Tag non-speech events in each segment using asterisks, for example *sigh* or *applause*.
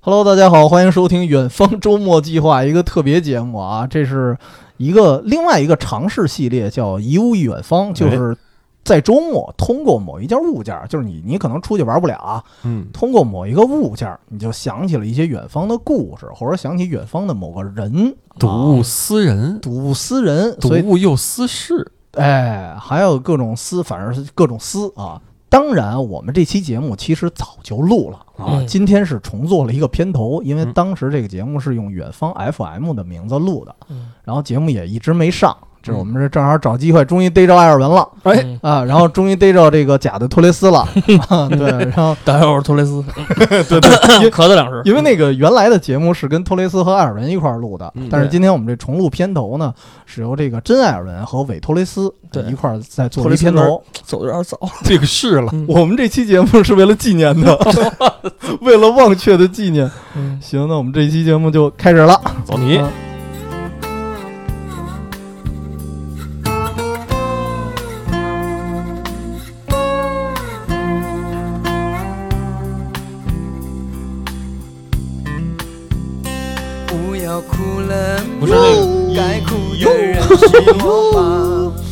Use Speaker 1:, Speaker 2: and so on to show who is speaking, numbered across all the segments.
Speaker 1: Hello，大家好，欢迎收听《远方周末计划》一个特别节目啊，这是一个另外一个尝试系列，叫“一物一远方”，就是在周末通过某一件物件，就是你你可能出去玩不了啊，
Speaker 2: 嗯，
Speaker 1: 通过某一个物件，你就想起了一些远方的故事，或者想起远方的某个人，
Speaker 2: 睹物
Speaker 1: 啊
Speaker 2: 思人，
Speaker 1: 睹物思人，
Speaker 2: 睹
Speaker 1: 所以
Speaker 2: 物又思事。 *laughs*
Speaker 1: 哎，还有各种思，反正是各种思啊。当然，我们这期节目其实早就录了啊，
Speaker 3: 嗯
Speaker 1: 今天是重做了一个片头，因为
Speaker 2: 嗯
Speaker 1: 当时这个节目是用远方 FM 的名字录的，
Speaker 3: 嗯
Speaker 1: 然后节目也一直没上。这我们这正好找机会，终于逮着艾尔文了
Speaker 2: 哎
Speaker 3: 嗯
Speaker 1: 啊，然后终于逮着这个假的托雷
Speaker 3: *laughs*
Speaker 1: 斯了，啊、对，然后
Speaker 3: 大家好，我是托雷
Speaker 4: *laughs*
Speaker 3: 斯，
Speaker 1: 对对，
Speaker 3: 咳嗽两声。
Speaker 1: 因为那个原来的节目是跟托雷斯和艾尔文一块儿录的
Speaker 2: 嗯，
Speaker 1: 但是
Speaker 3: 对
Speaker 1: 今天我们这重录片头呢，是由这个真艾尔文和伪托雷斯
Speaker 3: 对
Speaker 1: 一块儿在
Speaker 3: 托
Speaker 1: 做了
Speaker 3: 雷
Speaker 1: 一
Speaker 3: 斯
Speaker 1: 片
Speaker 3: 有
Speaker 1: 头。
Speaker 3: 走的有
Speaker 1: *laughs*
Speaker 3: 点早，
Speaker 1: 啊
Speaker 2: 这个是了，
Speaker 3: 嗯
Speaker 1: 我们这期节目是为了纪念
Speaker 5: *laughs*
Speaker 1: 的，为了忘却的纪念。
Speaker 3: 嗯
Speaker 1: 行，那我们这期节目就开始了。
Speaker 2: 走你
Speaker 1: 啊
Speaker 5: 不要哭了，
Speaker 2: 不是那个
Speaker 5: 该哭的人是我吧？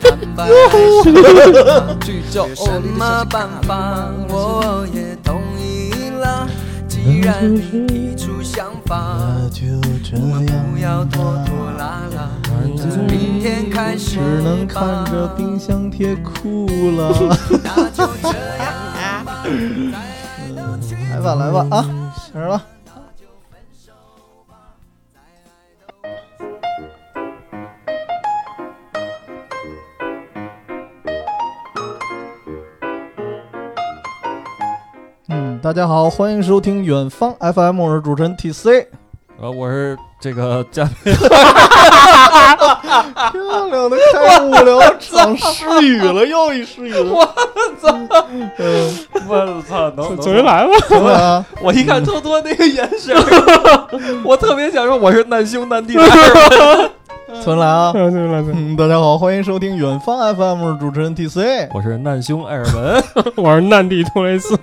Speaker 5: 坦白来说，
Speaker 3: 聚焦
Speaker 5: 有什么办法，我也同意了。既然你提出想法，
Speaker 1: 就这
Speaker 5: 我们不要拖拖拉拉，从明天开始
Speaker 1: 只能看着
Speaker 5: 吧
Speaker 1: 冰箱贴哭了。
Speaker 5: 那就这样吧。
Speaker 1: 来吧，来吧啊，开始了。嗯，大家好，欢迎收听远方 FM，我是主持人 TC。
Speaker 2: 呃，我是这个嘉宾，
Speaker 1: 漂亮的开幕聊场失语了，又一失语了。我操！
Speaker 2: 我操，能
Speaker 4: 总人来了，
Speaker 1: 行了啊，
Speaker 2: 我一看托托那个眼神，我特别想说我是难兄难弟的二位，
Speaker 1: 重来啊。
Speaker 4: 总人来了，
Speaker 1: *laughs* 嗯，大家好，欢迎收听远方 FM，我是主持人 TC。
Speaker 2: 我是难兄艾尔文，
Speaker 4: 我是难弟托雷斯。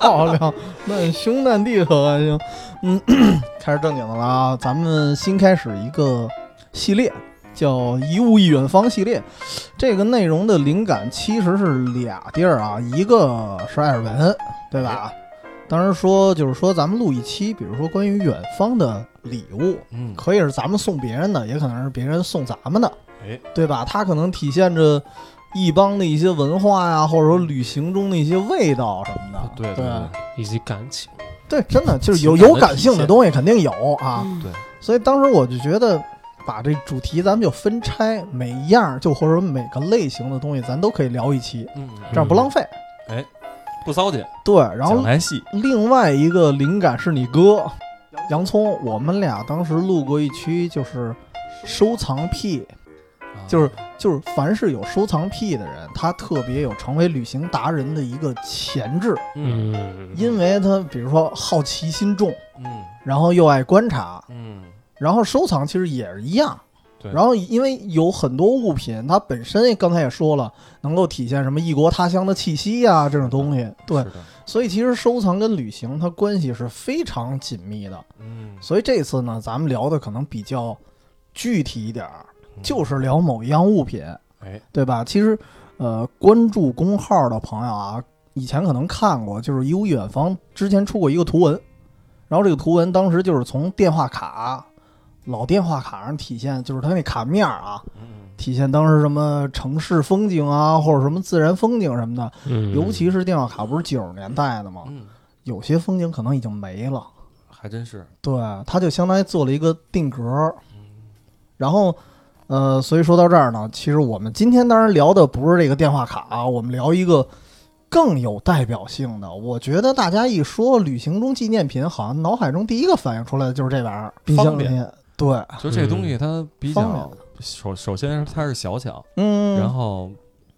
Speaker 1: 漂亮，那兄难弟可还行。嗯， *clears throat* 开始正经的了啊，咱们新开始一个系列，叫“一物一远方”系列。这个内容的灵感其实是俩地儿啊，一个是艾尔文，对吧？当时说就是说咱们录一期，比如说关于远方的礼物，
Speaker 2: 嗯，
Speaker 1: 可以是咱们送别人的，也可能是别人送咱们的，
Speaker 2: 哎，
Speaker 1: 对吧？它可能体现着异邦的一些文化呀，或者说旅行中的一些味道什么的。
Speaker 2: 嗯对
Speaker 1: 对啊
Speaker 4: 以及感情，
Speaker 1: 对真的就是
Speaker 2: 情
Speaker 1: 有
Speaker 2: 感
Speaker 1: 有
Speaker 2: 的
Speaker 1: 感
Speaker 2: 体
Speaker 1: 性的
Speaker 2: 现
Speaker 1: 东西肯定有啊。
Speaker 2: 对，
Speaker 1: 所以当时我就觉得，把这主题咱们就分拆，每一样就或者说每个类型的东西，咱都可以聊一期，
Speaker 2: 嗯，
Speaker 1: 这样不浪费。
Speaker 2: 不骚气，
Speaker 1: 对，然后
Speaker 2: 讲来戏，
Speaker 1: 另外一个灵感是你哥洋葱，我们俩当时录过一期，就是收藏癖，就是就是凡是有收藏癖的人，他特别有成为旅行达人的一个潜质，
Speaker 2: 嗯
Speaker 4: 嗯，
Speaker 1: 因为他比如说好奇心重，
Speaker 2: 嗯
Speaker 1: 然后又爱观察，
Speaker 2: 嗯，
Speaker 1: 然后收藏其实也是一样。
Speaker 2: 对
Speaker 1: 然后因为有很多物品，它本身刚才也说了，能够体现什么异国他乡的气息呀、这种东西。对
Speaker 2: 嗯是，的，
Speaker 1: 所以其实收藏跟旅行它关系是非常紧密的。
Speaker 2: 嗯，
Speaker 1: 所以这次呢，咱们聊的可能比较具体一点儿，就是聊某一样物品，
Speaker 2: 哎，
Speaker 1: 对吧？其实，呃，关注公号的朋友啊，以前可能看过，就是《一无远方》之前出过一个图文，然后这个图文当时就是从电话卡，老电话卡上体现，就是它那卡面儿啊，
Speaker 2: 嗯
Speaker 1: 体现当时什么城市风景啊，或者什么自然风景什么的。
Speaker 4: 嗯
Speaker 1: 尤其是电话卡不是九十年代的吗？
Speaker 2: 嗯，
Speaker 1: 有些风景可能已经没了。
Speaker 2: 还真是，
Speaker 1: 对，它就相当于做了一个定格儿。
Speaker 2: 嗯
Speaker 1: 然后，呃，所以说到这儿呢，其实我们今天当然聊的不是这个电话卡、啊，我们聊一个更有代表性的。我觉得大家一说旅行中纪念品，好像脑海中第一个反应出来的就是这玩意儿，冰箱
Speaker 2: 方
Speaker 1: 里
Speaker 2: 便。
Speaker 1: 对，
Speaker 2: 就这东西它比
Speaker 1: 方便
Speaker 2: 较，首首先它是小巧，
Speaker 1: 嗯，
Speaker 2: 然后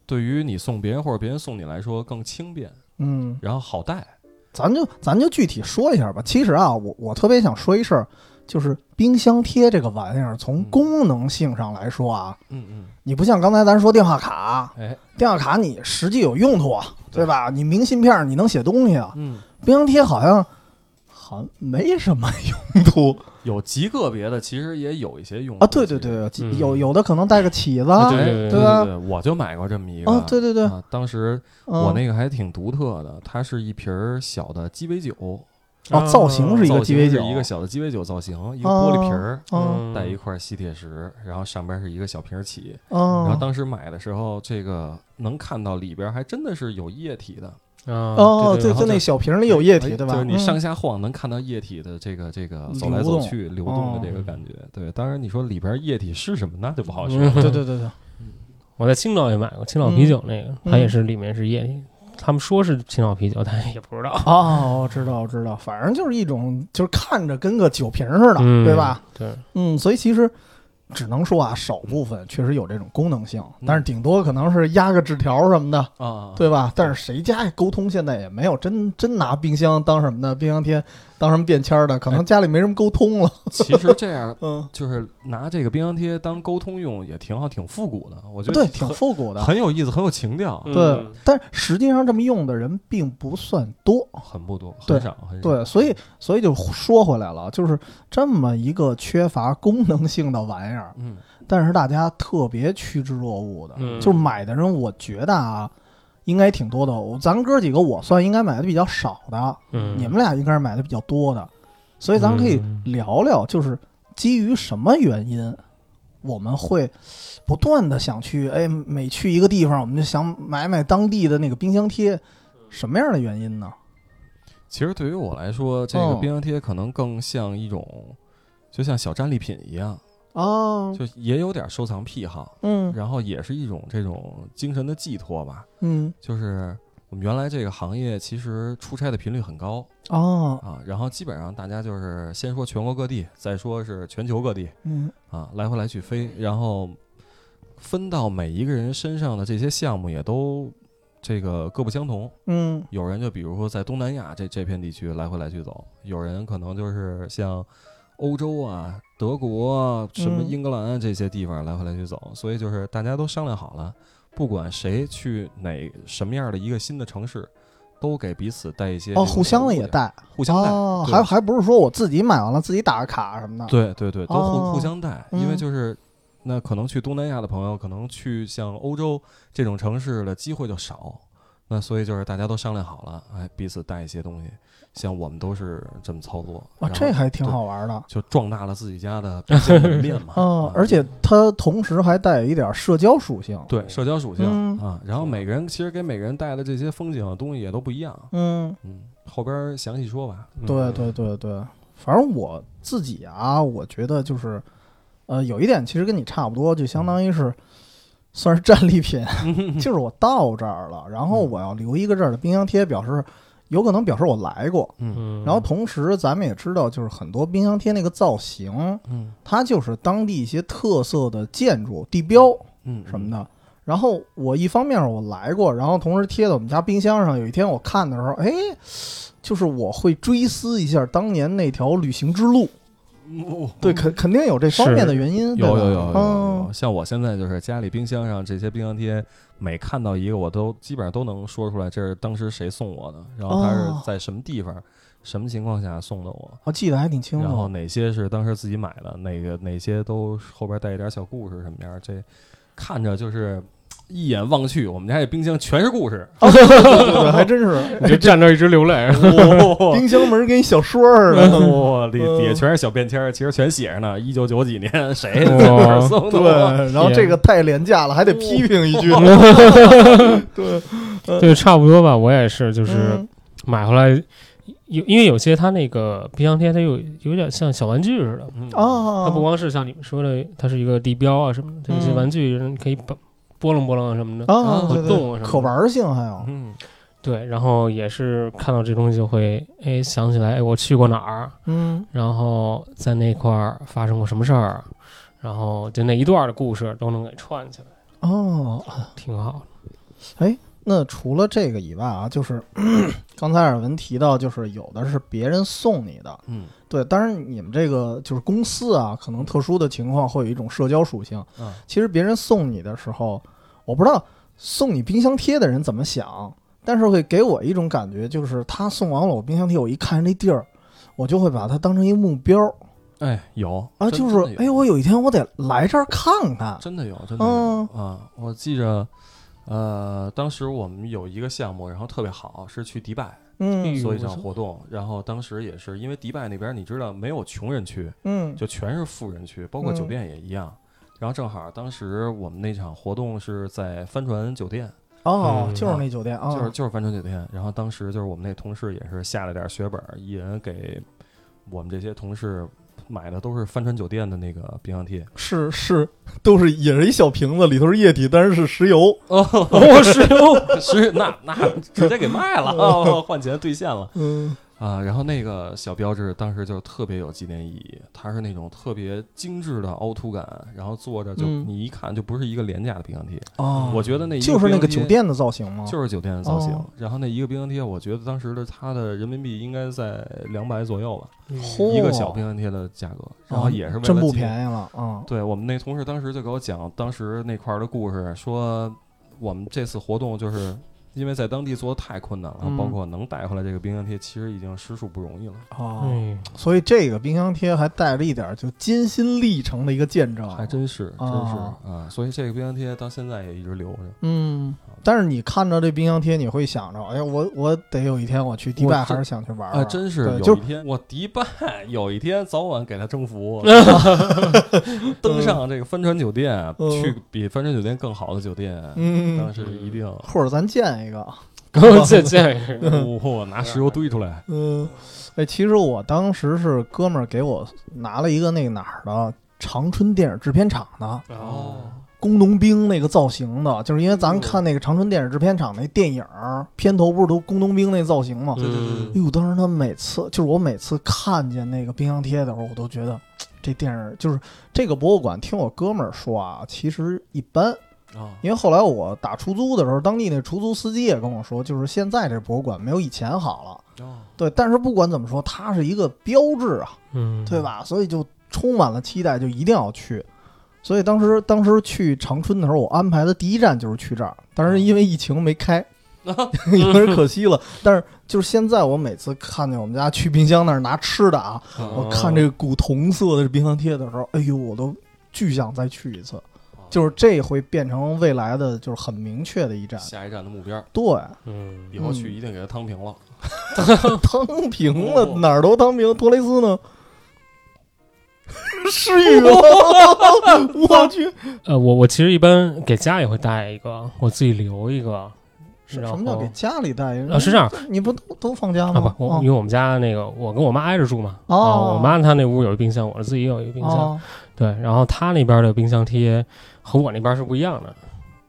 Speaker 2: 对于你送别人或者别人送你来说更轻便，
Speaker 1: 嗯，
Speaker 2: 然后好带。
Speaker 1: 咱就咱就具体说一下吧。其实啊，我我特别想说一事儿，就是冰箱贴这个玩意儿，从
Speaker 2: 嗯
Speaker 1: 功能性上来说啊，
Speaker 2: 嗯嗯，
Speaker 1: 你不像刚才咱说电话卡，
Speaker 2: 哎，
Speaker 1: 电话卡你实际有用途啊，
Speaker 2: 对
Speaker 1: 对吧？你明信片儿你能写东西啊，
Speaker 2: 嗯，
Speaker 1: 冰箱贴好像好像没什么用
Speaker 2: *laughs*
Speaker 1: 途
Speaker 2: 有极个别的，其实也有一些用
Speaker 1: 啊。对对对，
Speaker 4: 嗯
Speaker 1: 有有的可能带个起子
Speaker 4: 啊
Speaker 1: 啊，
Speaker 4: 对
Speaker 2: 对
Speaker 1: 对吧
Speaker 2: 对，我就买过这么一个。
Speaker 1: 啊对对对，
Speaker 2: 啊，当时
Speaker 1: 嗯
Speaker 2: 我那个还挺独特的，它是一瓶儿小的鸡尾酒，
Speaker 1: 哦造型是一个
Speaker 2: 造
Speaker 1: 鸡
Speaker 2: 型
Speaker 1: 尾
Speaker 2: 是
Speaker 1: 酒啊
Speaker 2: 一个小的鸡尾酒造型，一个玻璃瓶儿，
Speaker 1: 嗯
Speaker 2: 带一块吸铁石，然后上边是一个小瓶儿起。然后
Speaker 1: 嗯
Speaker 2: 当时买的时候，这个能看到里边还真的是有液体的，
Speaker 4: 啊
Speaker 1: 哦，
Speaker 4: 对
Speaker 1: 对，
Speaker 2: 然
Speaker 1: 就
Speaker 2: 后
Speaker 1: 那
Speaker 2: 就
Speaker 1: 小瓶里有液体
Speaker 2: 哎
Speaker 1: 对吧？
Speaker 2: 就是你
Speaker 1: 嗯
Speaker 2: 上下晃能看到液体的这个这个走来走去流动哦的这个感觉。对，当然你说里边液体是什么，那就不好说 *laughs* 了。
Speaker 1: 嗯对对对对，
Speaker 4: 我在青岛也买过青岛
Speaker 1: 嗯
Speaker 4: 啤酒那个，它也是里面是液体，他们说是青岛啤酒，但也不知道。
Speaker 1: 哦，我知道，我知道，反正就是一种，就是看着跟个酒瓶似的，
Speaker 4: 嗯
Speaker 1: 对吧？
Speaker 4: 对，
Speaker 1: 嗯，所以其实只能说啊，少部分确实有这种功能性，
Speaker 2: 嗯
Speaker 1: 但是顶多可能是压个纸条什么的，
Speaker 2: *laughs* 啊，
Speaker 1: 对吧？但是谁家沟通现在也没有真真拿冰箱当什么的，冰箱贴当什么便签儿的，可
Speaker 2: 哎
Speaker 1: 能家里没什么沟通了。
Speaker 2: 其实这样
Speaker 1: 嗯，
Speaker 2: 就是拿这个冰箱贴当沟通用也挺好，挺复古的，我觉得
Speaker 1: 对，
Speaker 2: 很
Speaker 1: 挺复古的。
Speaker 2: 很嗯有意思，很有情调，
Speaker 1: 对，但实际上这么用的人并不算多，
Speaker 2: 很不多，
Speaker 1: 对
Speaker 2: 很少，很少。
Speaker 1: 对，所以所以就说回来了，就是这么一个缺乏功能性的玩意儿，
Speaker 2: 嗯，
Speaker 1: 但是大家特别趋之若鹜的，
Speaker 4: 嗯
Speaker 1: 就是买的人，我觉得啊，应该挺多的。我咱哥几个，我算应该买的比较少的，
Speaker 4: 嗯，
Speaker 1: 你们俩应该是买的比较多的，所以咱们可以聊聊，就是基于什么原因，我们会不断的想去，哎，每去一个地方，我们就想买买当地的那个冰箱贴，什么样的原因呢？
Speaker 2: 其实对于我来说，这个
Speaker 1: 哦
Speaker 2: 冰箱贴可能更像一种，就像小战利品一样，
Speaker 1: 哦，
Speaker 2: 就也有点收藏癖好，
Speaker 1: 嗯
Speaker 2: 然后也是一种这种精神的寄托吧。
Speaker 1: 嗯，
Speaker 2: 就是我们原来这个行业其实出差的频率很高
Speaker 1: 哦，
Speaker 2: 啊，然后基本上大家就是先说全国各地，再说是全球各地
Speaker 1: 嗯
Speaker 2: 啊，来回来去飞，然后分到每一个人身上的这些项目也都这个各不相同。
Speaker 1: 嗯
Speaker 2: 有人就比如说在东南亚这这片地区来回来去走，有人可能就是像欧洲啊、德国啊、什么
Speaker 1: 嗯
Speaker 2: 英格兰啊这些地方来回来去走，所以就是大家都商量好了，不管谁去哪什么样的一个新的城市，都给彼此带一些
Speaker 1: 哦，
Speaker 2: 这种
Speaker 1: 互相的
Speaker 2: 礼物
Speaker 1: 也，带。
Speaker 2: 互相带，
Speaker 1: 哦，
Speaker 2: 对
Speaker 1: 还还不是说我自己买完了自己打个卡什么的。
Speaker 2: 对对对，都
Speaker 1: 哦
Speaker 2: 互互相带，因为
Speaker 1: 嗯
Speaker 2: 就是。那可能去东南亚的朋友，可能去像欧洲这种城市的机会就少，那所以就是大家都商量好了，哎，彼此带一些东西，像我们都是这么操作，
Speaker 1: 啊，
Speaker 2: 然后
Speaker 1: 这还挺好玩的。
Speaker 2: 就壮大了自己家的冰箱门
Speaker 1: *laughs*
Speaker 2: 面嘛。
Speaker 1: 嗯
Speaker 2: 啊，
Speaker 1: 而且它同时还带有一点社交属性。
Speaker 2: 对社交属性、
Speaker 1: 嗯
Speaker 2: 啊，然后每个人其实给每个人带的这些风景啊东西也都不一样，
Speaker 1: 嗯，
Speaker 2: 嗯，后边儿详细说吧。嗯
Speaker 1: 对对对对，反正我自己啊，我觉得就是，呃，有一点其实跟你差不多，就相当于是算是战利
Speaker 2: *laughs*
Speaker 1: 品，就是我到这儿了，然后
Speaker 2: 嗯
Speaker 1: 我要留一个这儿的冰箱贴，表示有可能表示我来过。
Speaker 4: 嗯，
Speaker 1: 然后同时咱们也知道，就是很多冰箱贴那个造型，
Speaker 2: 嗯
Speaker 1: 它就是当地一些特色的建筑地标。
Speaker 2: 嗯
Speaker 1: 什么
Speaker 2: 的，
Speaker 1: 的。然后我一方面我来过，然后同时贴在我们家冰箱上。有一天我看的时候，哎，就是我会追思一下当年那条旅行之路。对，肯肯定有这方面的原因。对
Speaker 2: 有
Speaker 1: 吧
Speaker 2: 有有有有
Speaker 1: 嗯
Speaker 2: 有，像我现在就是家里冰箱上这些冰箱贴，每看到一个我都基本上都能说出来，这是当时谁送我的，然后他
Speaker 1: 哦
Speaker 2: 是在什么地方、什么情况下送的我，
Speaker 1: 我记得还挺清
Speaker 2: 然后
Speaker 1: 楚。
Speaker 2: 哪些是当时自己买的，哪个哪些都后边带一点小故事什么样，这看着就是一眼望去，我们家这冰箱全是故事，
Speaker 1: 对对对，还真是
Speaker 4: *laughs* 你就站那儿一直流泪，
Speaker 2: *laughs* 哇
Speaker 1: 哦冰箱门跟小说似的。
Speaker 2: 哇，里底下全是小便哦签儿，其实全写着呢，一九九几年谁在哪儿送的
Speaker 1: 哦对
Speaker 2: 我？，
Speaker 1: 然后这个太廉价了，还得批评一句。嗯对，
Speaker 4: 对，差不多吧。我也是，就是
Speaker 1: 呃嗯
Speaker 4: 买回来，有因为有些它那个冰箱贴，它有有点像小玩具似的，
Speaker 2: 嗯，
Speaker 1: 啊，
Speaker 4: 它不光是像你们说的，它是一个地标啊什么的，它有些
Speaker 1: 嗯
Speaker 4: 玩具你可以拨拨弄拨弄啊什么的。
Speaker 1: 啊，对对
Speaker 4: 会动啊什么的
Speaker 1: 可玩性还有。
Speaker 2: 嗯，
Speaker 4: 对，然后也是看到这东西就会哎想起来，哎我去过哪儿，
Speaker 1: 嗯
Speaker 4: 然后在那块儿发生过什么事儿，然后就那一段儿的故事都能给串起来，
Speaker 1: 哦，
Speaker 4: 挺好
Speaker 1: 那除了这个以外啊，就是 *clears throat* 刚才耳闻提到，就是有的是别人送你的，
Speaker 2: 嗯，
Speaker 1: 对。当然，你们这个就是公司啊，可能特殊的情况会有一种社交属性。
Speaker 2: 嗯
Speaker 1: 其实别人送你的时候，我不知道送你冰箱贴的人怎么想，但是会给我一种感觉，就是他送完了我冰箱贴，我一看这地儿，我就会把它当成一个目标儿
Speaker 2: 哎，有
Speaker 1: 啊，
Speaker 2: 真
Speaker 1: 就是
Speaker 2: 真的
Speaker 1: 哎，
Speaker 2: 有
Speaker 1: 我有一天我得来这儿看看。
Speaker 2: 真的有，真的有、
Speaker 1: 嗯
Speaker 2: 啊！我记着，呃，当时我们有一个项目，然后特别好，是去迪拜
Speaker 1: 嗯
Speaker 2: 做一
Speaker 4: 我
Speaker 2: 场
Speaker 4: 操
Speaker 2: 活动，然后当时也是因为迪拜那边你知道没有穷人区，
Speaker 1: 嗯
Speaker 2: 就全是富人区，包括酒店也一样。然后正好当时我们那场活动是在帆船酒店，
Speaker 1: 哦，
Speaker 4: 嗯
Speaker 1: 就是那酒店啊，
Speaker 2: 就是就是帆船酒店。然后当时就是我们那同事也是下了点血本儿，一人给我们这些同事买的都是帆船酒店的那个冰箱贴。
Speaker 1: 是是，都是也是一小瓶子，里头是液体，但是是石油。
Speaker 2: *laughs* 哦，石油石油那那直接给卖了，哦、换钱兑现了
Speaker 1: 嗯
Speaker 2: 啊。然后那个小标志当时就特别有纪念意义，它是那种特别精致的凹凸感，然后坐着就、
Speaker 1: 嗯
Speaker 2: 你一看就不是一个廉价的冰箱贴。
Speaker 1: 哦
Speaker 2: 我觉得那一
Speaker 1: 就是那
Speaker 2: 冰
Speaker 1: 个
Speaker 2: 箱
Speaker 1: 酒
Speaker 2: 贴
Speaker 1: 店的造型吗？
Speaker 2: 就是酒店的造型
Speaker 1: 哦。
Speaker 2: 然后那一个冰箱贴，我觉得当时的它的人民币应该在两百左右吧，
Speaker 4: 嗯
Speaker 1: 嚯
Speaker 2: 一个小冰箱贴的价格。然后也是为了
Speaker 1: 哦啊真不
Speaker 2: 纪念。
Speaker 1: 便宜了啊。
Speaker 2: 对我们那同事当时就给我讲当时那块儿的故事，说我们这次活动就是。因为在当地做的太困难了，
Speaker 1: 嗯
Speaker 2: 包括能带回来这个冰箱贴，其实已经实属不容易了，
Speaker 1: 哦，
Speaker 4: 嗯，
Speaker 1: 所以这个冰箱贴还带了一点就艰辛历程的一个见证，
Speaker 2: 还真是，真是
Speaker 1: 哦
Speaker 2: 啊！所以这个冰箱贴到现在也一直留着。
Speaker 1: 嗯。但是你看着这冰箱贴，你会想着，哎呀，我我得有一天我去迪拜，
Speaker 2: 我
Speaker 1: 还
Speaker 2: 真
Speaker 1: 是想去玩玩。
Speaker 2: 啊，真是
Speaker 1: 对
Speaker 2: 有
Speaker 1: 就
Speaker 2: 一天，我迪拜有一天早晚给他
Speaker 1: *laughs*
Speaker 2: 征服，登上这个帆船酒店，
Speaker 1: 嗯
Speaker 2: 去比帆船酒店更好的酒店，当
Speaker 1: 嗯，
Speaker 2: 时一定
Speaker 1: 或者咱建一个，
Speaker 4: 这这也是
Speaker 2: 我拿石油堆出来，
Speaker 1: 嗯，哎，其实我当时是哥们儿给我拿了一个那个哪儿的长春电影制片厂的
Speaker 4: 哦，
Speaker 1: 工农兵那个造型的，就是因为咱
Speaker 4: 嗯
Speaker 1: 看那个长春电影制片厂那电影儿片头不是都工农兵那造型吗？
Speaker 4: 对对对
Speaker 1: 哎呦，当时他每次就是我每次看见那个冰箱贴的时候，我都觉得这电影就是这个博物馆。听我哥们儿说啊，其实一般，
Speaker 2: 啊，
Speaker 1: 因为后来我打出租的时候，当地那出租司机也跟我说，就是现在这博物馆没有以前好了。对，但是不管怎么说，它是一个标志啊，
Speaker 4: 嗯，
Speaker 1: 对？吧？所以就充满了期待，就一定要去。所以当时当时去长春的时候，我安排的第一站就是去这儿，但是因为疫情没开， *laughs* 有点可惜了。但是就是现在，我每次看见我们家去冰箱那儿拿吃的啊，我看这个古铜色的冰箱贴的时候，哎呦，我都巨想再去一次。就是这会变成未来的就是很明确的一站，
Speaker 2: 哦下一站的目标，
Speaker 1: 对，
Speaker 4: 嗯，
Speaker 2: 以后去一定给他趟平了。
Speaker 1: 当平
Speaker 4: 哦
Speaker 1: 了，哪儿都当平。托雷斯
Speaker 4: *laughs*
Speaker 1: 呢？失语了，我去！
Speaker 4: 呃，我我其实一般给家也会带一个，我自己留一个。
Speaker 1: 什
Speaker 4: 然
Speaker 1: 什
Speaker 4: 后
Speaker 1: 么叫给家里带？
Speaker 4: 哦啊，是这样
Speaker 1: 你不都都放假
Speaker 4: 啊，
Speaker 1: 吗？
Speaker 4: 不，我因为我们家那个我跟我妈挨着住嘛，
Speaker 1: 哦
Speaker 4: 啊我妈她那屋有一冰箱，我自己也有一个冰箱，
Speaker 1: 哦
Speaker 4: 对，然后她那边的冰箱贴和我那边是不
Speaker 1: *laughs*
Speaker 4: 一样的，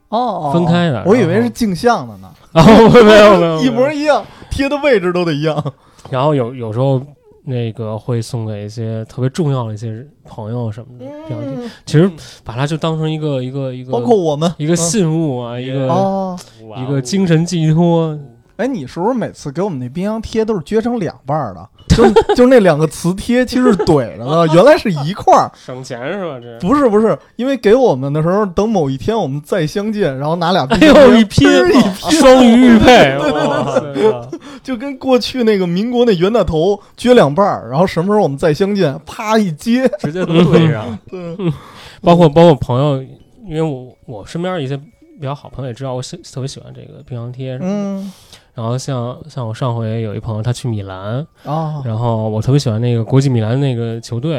Speaker 1: 哦，哦
Speaker 4: 分开的
Speaker 1: 我以
Speaker 4: 然后
Speaker 1: 为是镜像的呢，
Speaker 4: 然后 *laughs* 啊没有没有没
Speaker 1: *laughs*
Speaker 4: 有
Speaker 1: 一模一样，贴的位置都得一样。
Speaker 4: 然后有有时候那个会送给一些特别重要的一些朋友什么的冰箱贴，
Speaker 1: 嗯，
Speaker 4: 其实把它就当成一个一个一个
Speaker 1: 包括我们
Speaker 4: 一个
Speaker 1: 嗯
Speaker 4: 信物啊，一个、
Speaker 1: 哦，
Speaker 4: 一个精神寄托，
Speaker 1: 哎，你是不是每次给我们那冰箱贴都是撅成两半儿的？就就 *laughs* 那两个磁贴其实是怼着的，原来是一块儿。
Speaker 4: 省钱是吧？ *laughs* 这
Speaker 1: 不是不是，因为给我们的时候，等某一天我们再相见，然后拿俩冰
Speaker 4: 哎
Speaker 1: 箱 *laughs*
Speaker 4: 呦
Speaker 1: 贴
Speaker 4: 一拼啊
Speaker 1: 嘚儿一
Speaker 4: 双鱼玉
Speaker 1: *laughs*
Speaker 4: 佩，哇塞！
Speaker 1: 就跟过去那个民国那冤大头撅两半儿，然后什么时候我们再相见，啪一接，
Speaker 2: 直接
Speaker 4: 嗯
Speaker 2: 能对上，
Speaker 1: 对，
Speaker 4: 包括包括朋友，因为我我身边一些比较好朋友也知道我喜特别喜欢这个冰箱贴，
Speaker 1: 嗯
Speaker 4: 然后像像我上回有一朋友他去米兰，
Speaker 1: 啊，
Speaker 4: 然后我特别喜欢那个国际米兰那个球队，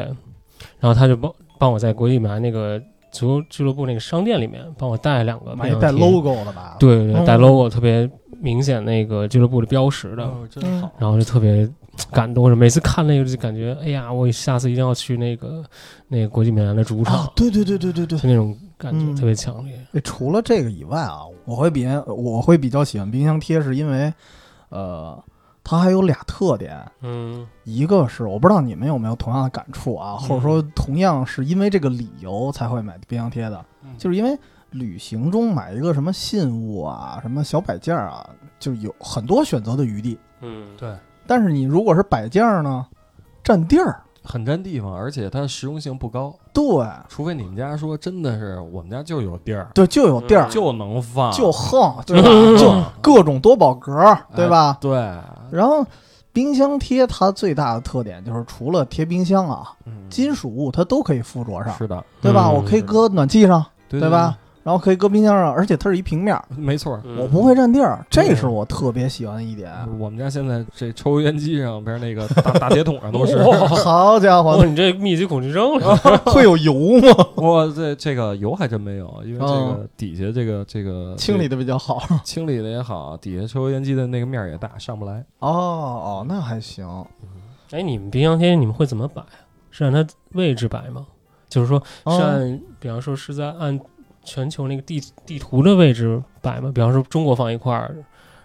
Speaker 4: 然后他就帮帮我在国际米兰那个足球俱乐部那个商店里面帮我带两个
Speaker 1: 买
Speaker 4: 冰
Speaker 1: 一
Speaker 4: 箱
Speaker 1: 带
Speaker 4: 贴
Speaker 1: logo 的吧？，
Speaker 4: 对对对，带
Speaker 1: 嗯
Speaker 4: logo 特别明显那个俱乐部的标识的，
Speaker 2: 哦真
Speaker 1: 嗯
Speaker 2: 好。
Speaker 4: 然后就特别感动，每次看那个就感觉，哎呀，我下次一定要去那个那个国际米兰的主场，
Speaker 1: 啊，对对对对对对。
Speaker 4: 就那种感觉
Speaker 1: 嗯
Speaker 4: 特别强烈。
Speaker 1: 哎除了这个以外啊，我会比我会比较喜欢冰箱贴，是因为，呃，它还有俩特点，
Speaker 4: 嗯
Speaker 1: 一个是我不知道你们有没有同样的感触啊，或者说同样是因为这个理由才会买冰箱贴的，
Speaker 2: 嗯
Speaker 1: 就是因为旅行中买一个什么信物啊、什么小摆件儿啊，就有很多选择的余地。
Speaker 4: 嗯，
Speaker 2: 对，
Speaker 1: 但是你如果是摆件儿呢，占地儿，
Speaker 2: 很占地方，而且它的实用性不高，
Speaker 1: 对
Speaker 2: 除非你们家说真的是我们家就有地儿，
Speaker 1: 对，就有地儿，
Speaker 2: 就啊能放，
Speaker 1: 啊
Speaker 2: *laughs*
Speaker 1: 就横，对
Speaker 2: 对吧哎
Speaker 1: 吧？就各种多宝格儿，对吧？
Speaker 2: 对，
Speaker 1: 然后冰箱贴它最大的特点就是除了贴冰箱啊，
Speaker 2: 嗯
Speaker 1: 金属物它都可以附着上，
Speaker 2: 是的，
Speaker 1: 对吧？
Speaker 4: 嗯
Speaker 1: 我可以搁暖气上，
Speaker 2: 对
Speaker 1: 对吧？？然后可以搁冰箱上，而且它是一平面儿，
Speaker 2: 对没错儿。
Speaker 4: 嗯
Speaker 1: 我不会占地儿，
Speaker 2: 对
Speaker 1: 这是我特别喜欢的一点。
Speaker 2: 我们家现在这抽油烟机上边那个大大铁桶上都是， *laughs*
Speaker 1: 好家伙，
Speaker 4: 哦，你这密集恐惧
Speaker 1: *laughs*
Speaker 4: 症了，
Speaker 1: 会有油吗？
Speaker 2: 我这这个油还真没有，因为这
Speaker 1: 哦
Speaker 2: 个底下这个这个
Speaker 1: 清理的比较好。
Speaker 2: 清理的也好，底下抽油烟机的那个面儿也大，上不来。
Speaker 1: 哦哦，那还行。
Speaker 4: 哎，你们冰箱贴你们会怎么摆？啊是按它位置摆吗？就是说是啊按，
Speaker 1: 哦
Speaker 4: 比方说是在按全球那个地地图的位置摆吗？比方说中国放一块儿，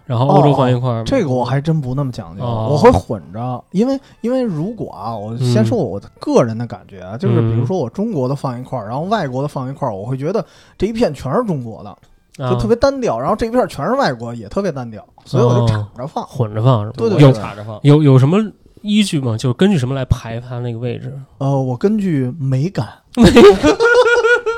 Speaker 4: 然后欧洲放一块儿吗、
Speaker 1: 哦这个我还真不那么讲究，
Speaker 4: 哦
Speaker 1: 我会混着，因为因为如果啊，我先说我个人的感觉
Speaker 4: 嗯
Speaker 1: 啊，就是比如说我中国的放一块儿，然后外国的放一块儿，我会觉得这一片全是中国的，
Speaker 4: 啊
Speaker 1: 就特别单调，然后这一片全是外国，也特别单调，所以我
Speaker 4: 哦
Speaker 1: 就敞着放。
Speaker 4: 混着放是吧？
Speaker 1: 对对
Speaker 4: 有
Speaker 1: 对
Speaker 2: 插着放，
Speaker 4: 有有什么依据吗？就是根据什么来排它那个位置？
Speaker 1: 呃，我根据美感，
Speaker 4: *laughs*
Speaker 1: *laughs*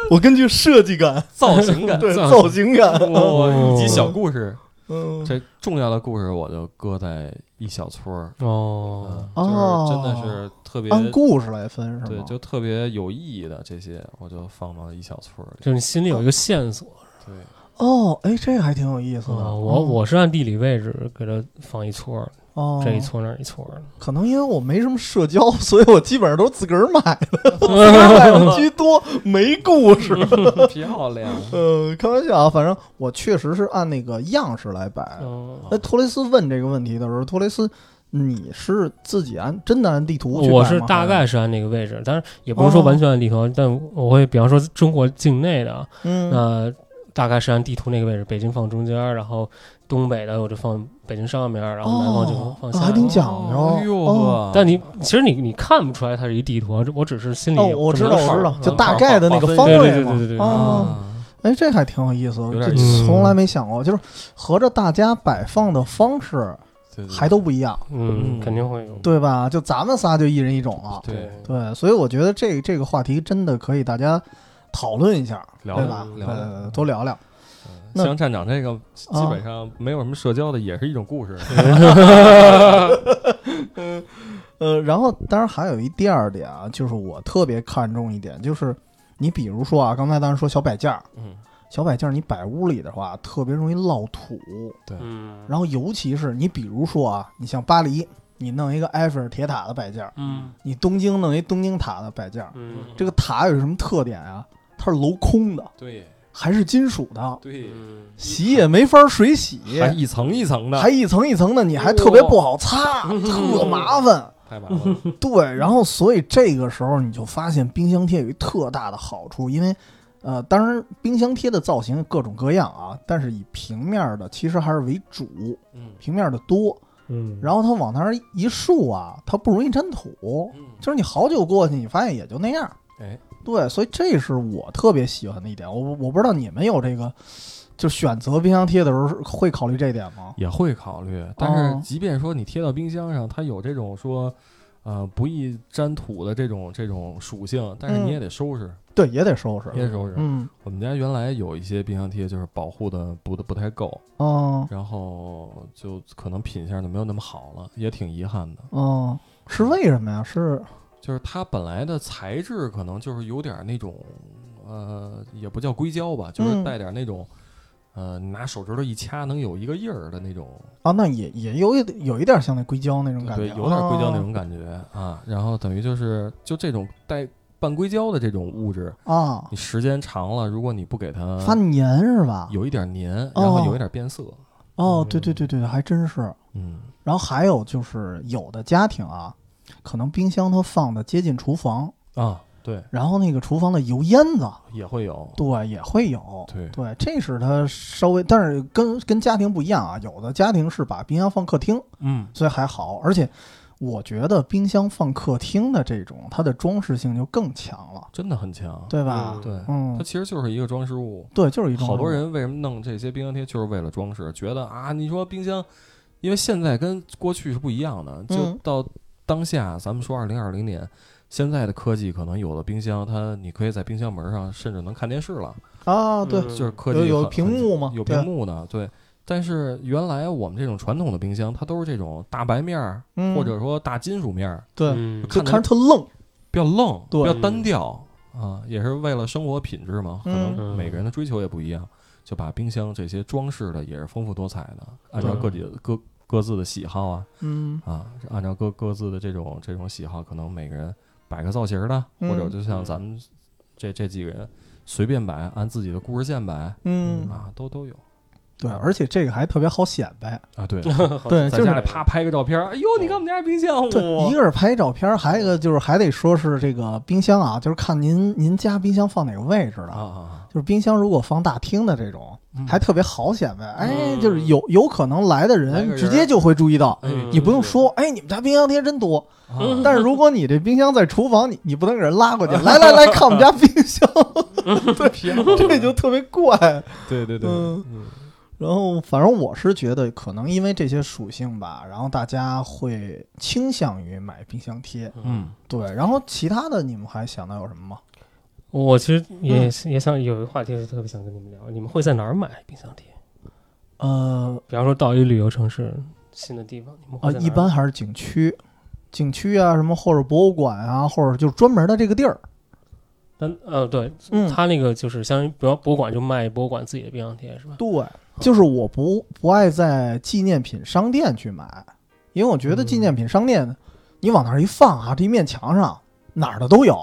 Speaker 1: 我根据设计感，
Speaker 2: 造型感。
Speaker 1: 对
Speaker 4: 造
Speaker 1: 造型感，
Speaker 4: *laughs*
Speaker 2: 我以及小故事，
Speaker 1: 嗯，
Speaker 2: 这重要的故事我就搁在一小撮儿，
Speaker 4: 哦，
Speaker 2: 嗯
Speaker 1: 哦
Speaker 2: 就是真的是特别
Speaker 1: 按故事来分是
Speaker 2: 对，
Speaker 1: 吗？
Speaker 2: 就特别有意义的这些，我就放到一小撮儿里。
Speaker 4: 就是你心里有一个线索。
Speaker 2: 对，
Speaker 1: 哦，哎，这还挺有意思的。
Speaker 4: 啊，我我是按地理位置给它放一撮儿，
Speaker 1: 哦，
Speaker 4: 这一撮儿那儿一撮
Speaker 1: *laughs*
Speaker 4: 儿的。
Speaker 1: 可能因为我没什么社交，所以我基本上都是自个
Speaker 4: *laughs*
Speaker 1: 儿买的，自
Speaker 4: 嗯
Speaker 1: 个儿买的居多，没故事。
Speaker 2: *laughs* 漂亮。
Speaker 4: 嗯
Speaker 1: 呃，开玩笑啊，反正我确实是按那个样式来摆。
Speaker 4: 嗯，
Speaker 1: 那托雷斯问这个问题的时候，托雷斯，你是自己按真的按地图去摆吗？哦
Speaker 4: 我是大概是按那个位置，但是也不是说完全按地图，但我会比方说中国境内的，啊
Speaker 1: 嗯，
Speaker 4: 那大概是按地图那个位置，北京放中间儿，然后东北的我就放北京上面儿，然后南方就
Speaker 1: 哦
Speaker 4: 放
Speaker 1: 啊
Speaker 4: 下
Speaker 1: 还
Speaker 4: 面
Speaker 1: 挺
Speaker 4: 儿。
Speaker 1: 讲究。
Speaker 2: 哎呦
Speaker 1: 哦
Speaker 2: 呵，
Speaker 4: 但你其实你你看不出来它是一地图，啊我只是心里
Speaker 1: 哦，
Speaker 4: 有
Speaker 1: 我知
Speaker 4: 这
Speaker 1: 道，
Speaker 4: 么一个
Speaker 1: 我知
Speaker 4: 数
Speaker 1: 道
Speaker 4: 儿，
Speaker 1: 就
Speaker 4: 嗯
Speaker 1: 大概的那个
Speaker 2: 划分
Speaker 1: 方
Speaker 4: 对
Speaker 1: 位
Speaker 4: 对对
Speaker 1: 嘛。
Speaker 4: 对对对
Speaker 1: 哦，
Speaker 2: 啊
Speaker 1: 哎，这还挺有意思，我
Speaker 2: 有点
Speaker 1: 这
Speaker 2: 意思
Speaker 1: 从来没想过，就是合着大家摆放的方式
Speaker 2: 对对
Speaker 1: 还都不一样，
Speaker 4: 嗯，
Speaker 2: 嗯
Speaker 4: 肯定会有。
Speaker 1: 对吧？就咱们仨就一人一种了。
Speaker 2: 对
Speaker 1: 对，所以我觉得这这个话题真的可以大家讨论一下，
Speaker 2: 聊
Speaker 1: 对
Speaker 2: 聊
Speaker 1: 吧？
Speaker 2: 聊聊
Speaker 1: 呃，多聊聊。那
Speaker 2: 像站长这个基本上没有什么社交的，也是一种故事。
Speaker 1: 啊呃，然后当然还有一第二点啊，就是我特别看重一点，就是你比如说啊，刚才当然说小摆件儿，
Speaker 2: 嗯，
Speaker 1: 小摆件儿你摆屋里的话，特别容易落土。
Speaker 4: 嗯，
Speaker 1: 然后尤其是你比如说啊，你像巴黎，你弄一个埃菲尔铁塔的摆件儿，
Speaker 4: 嗯
Speaker 1: 你东京弄一东京塔的摆件儿，
Speaker 4: 嗯，
Speaker 1: 这个塔有什么特点啊？它是镂空的，
Speaker 2: 对
Speaker 1: 还是金属的，
Speaker 2: 对，
Speaker 4: 嗯
Speaker 1: 洗也没法水洗，
Speaker 2: 还一层一层的，
Speaker 1: 还一层一层的，你还特别不好
Speaker 2: *laughs*
Speaker 1: 擦，特麻烦。
Speaker 2: 太麻烦了。
Speaker 1: 对，然后所以这个时候你就发现冰箱贴有一特大的好处，因为，呃，当然冰箱贴的造型各种各样啊，但是以平面的其实还是为主，
Speaker 2: 嗯
Speaker 1: 平面的多。
Speaker 4: 嗯，
Speaker 1: 然后它往那儿一竖啊，它不容易沾土，
Speaker 2: 嗯，
Speaker 1: 就是你好久过去，你发现也就那样。
Speaker 2: 哎，
Speaker 1: 对，所以这是我特别喜欢的一点。我我不知道你们有这个，就选择冰箱贴的时候会考虑这点吗？
Speaker 2: 也会考虑，
Speaker 1: 哦
Speaker 2: 但是即便说你贴到冰箱上，它有这种说。呃，不易沾土的这种这种属性，但是你也得收拾，
Speaker 1: 对，也得收拾。
Speaker 2: 也得收拾。
Speaker 1: 嗯，
Speaker 2: 我们家原来有一些冰箱贴，就是保护的不不太够，
Speaker 1: 哦
Speaker 2: 然后就可能品相就没有那么好了，也挺遗憾的。
Speaker 1: 哦，是为什么呀？是
Speaker 2: 就是它本来的材质可能就是有点那种，呃，也不叫硅胶吧，就是
Speaker 1: 嗯
Speaker 2: 带点那种，呃，你拿手指头一掐能有一个印儿的那种，
Speaker 1: 啊，那也也有一有一点像那硅胶那种感觉，啊哦
Speaker 2: 对，有点硅胶那种感觉啊。然后等于就是就这种带半硅胶的这种物质，
Speaker 1: 啊，
Speaker 2: 你时间长了，如果你不给它
Speaker 1: 发粘是吧？
Speaker 2: 有一点粘，然后
Speaker 1: 哦
Speaker 2: 有一点变色，
Speaker 1: 哦，对对对对，还真是。
Speaker 2: 嗯，
Speaker 1: 然后还有就是，有的家庭啊，可能冰箱它放的接近厨房，
Speaker 2: 啊，对，
Speaker 1: 然后那个厨房的油烟子，
Speaker 2: 也会有，
Speaker 1: 对，也会有。
Speaker 2: 对，
Speaker 1: 对，这是它稍微，但是跟跟家庭不一样啊。有的家庭是把冰箱放客厅，
Speaker 2: 嗯，
Speaker 1: 所以还好。而且我觉得冰箱放客厅的这种，它的装饰性就更强了，
Speaker 2: 真的很强，
Speaker 1: 对吧？
Speaker 2: 对，
Speaker 1: 嗯
Speaker 2: 它，其实就是一个装饰物。
Speaker 1: 对，就是一种
Speaker 2: 好多人为什么弄这些冰箱贴，就是为了装饰，觉得啊，你说冰箱，因为现在跟过去是不一样的，就
Speaker 1: 嗯
Speaker 2: 到当下，咱们说二零二零年。现在的科技可能有了冰箱，它你可以在冰箱门上甚至能看电视了，
Speaker 1: 啊，对，
Speaker 4: 嗯
Speaker 2: 就是科技
Speaker 1: 有有
Speaker 2: 很
Speaker 1: 屏幕嘛，
Speaker 2: 有
Speaker 1: 对
Speaker 2: 屏幕呢，对。但是原来我们这种传统的冰箱，它都是这种大白面儿，
Speaker 1: 嗯
Speaker 2: 或者说大金属面儿，
Speaker 1: 对，
Speaker 4: 嗯
Speaker 1: 就
Speaker 2: 看着
Speaker 1: 看着特愣，
Speaker 2: 比较愣，
Speaker 1: 对嗯
Speaker 2: 比较单调啊，也是为了生活品质嘛，可能
Speaker 4: 嗯
Speaker 2: 每个人的追求也不一样，就把冰箱这些装饰的也是丰富多彩的，按照各自的各各自的喜好啊
Speaker 1: 嗯
Speaker 2: 啊，按照各各自的这种这种喜好，可能每个人摆个造型儿的，
Speaker 1: 嗯
Speaker 2: 或者就像咱们这这几个人随便摆，按自己的故事线摆
Speaker 1: 嗯，
Speaker 2: 啊，都都有
Speaker 1: 对，而且这个还特别好显摆，
Speaker 2: 啊，对。
Speaker 4: 嗯
Speaker 1: 对，
Speaker 2: *laughs* 在
Speaker 1: 就是嗯
Speaker 2: 家里啪拍个照片儿，哎呦，你看我们家冰箱，
Speaker 1: 对，一
Speaker 2: 哇，
Speaker 1: 个是拍照片儿，还有
Speaker 2: 嗯
Speaker 1: 一个就是还得说是这个冰箱啊，就是看您您家冰箱放哪个位置
Speaker 2: 啊嗯
Speaker 1: 了。
Speaker 2: 啊，
Speaker 1: 就是冰箱如果放大厅的这种，还特别好显摆。哎，
Speaker 4: 嗯
Speaker 1: 就是有有可能来的
Speaker 2: 来个
Speaker 1: 人
Speaker 2: 人
Speaker 1: 直接就会注意到，
Speaker 2: 哎
Speaker 4: 嗯
Speaker 1: 你不用说，哎，你们家冰箱贴真多。
Speaker 2: 啊
Speaker 4: 嗯
Speaker 1: *laughs* 但是如果你这冰箱在厨房，你你不能给人拉过
Speaker 2: *laughs*
Speaker 1: 去，来来来，看我们家冰箱，对，这就特别怪。
Speaker 2: 对对对，
Speaker 1: 嗯
Speaker 2: 嗯
Speaker 1: 然后，反正我是觉得，可能因为这些属性吧，然后大家会倾向于买冰箱贴。
Speaker 2: 嗯，
Speaker 1: 对，然后其他的你们还想到有什么吗？
Speaker 4: 我其实
Speaker 1: 嗯
Speaker 4: 也、也想有一个话题，特别想跟你们聊，你们会在哪儿买冰箱贴？
Speaker 1: 呃，
Speaker 4: 比方说到一个旅游城市、新的地方，你们
Speaker 1: 啊，
Speaker 4: 会在哪
Speaker 1: 一
Speaker 4: 儿
Speaker 1: 般还是景区，景区啊，什么或者博物馆啊，或者就是专门的这个地儿。
Speaker 4: 但呃，对，
Speaker 1: 嗯，
Speaker 4: 他那个就是相当于，比方博物馆就卖博物馆自己的冰箱贴是吧？
Speaker 1: 对，就是我不不爱在纪念品商店去买，因为我觉得纪
Speaker 4: 嗯
Speaker 1: 念品商店，你往那儿一放啊，这一面墙上哪儿的都有。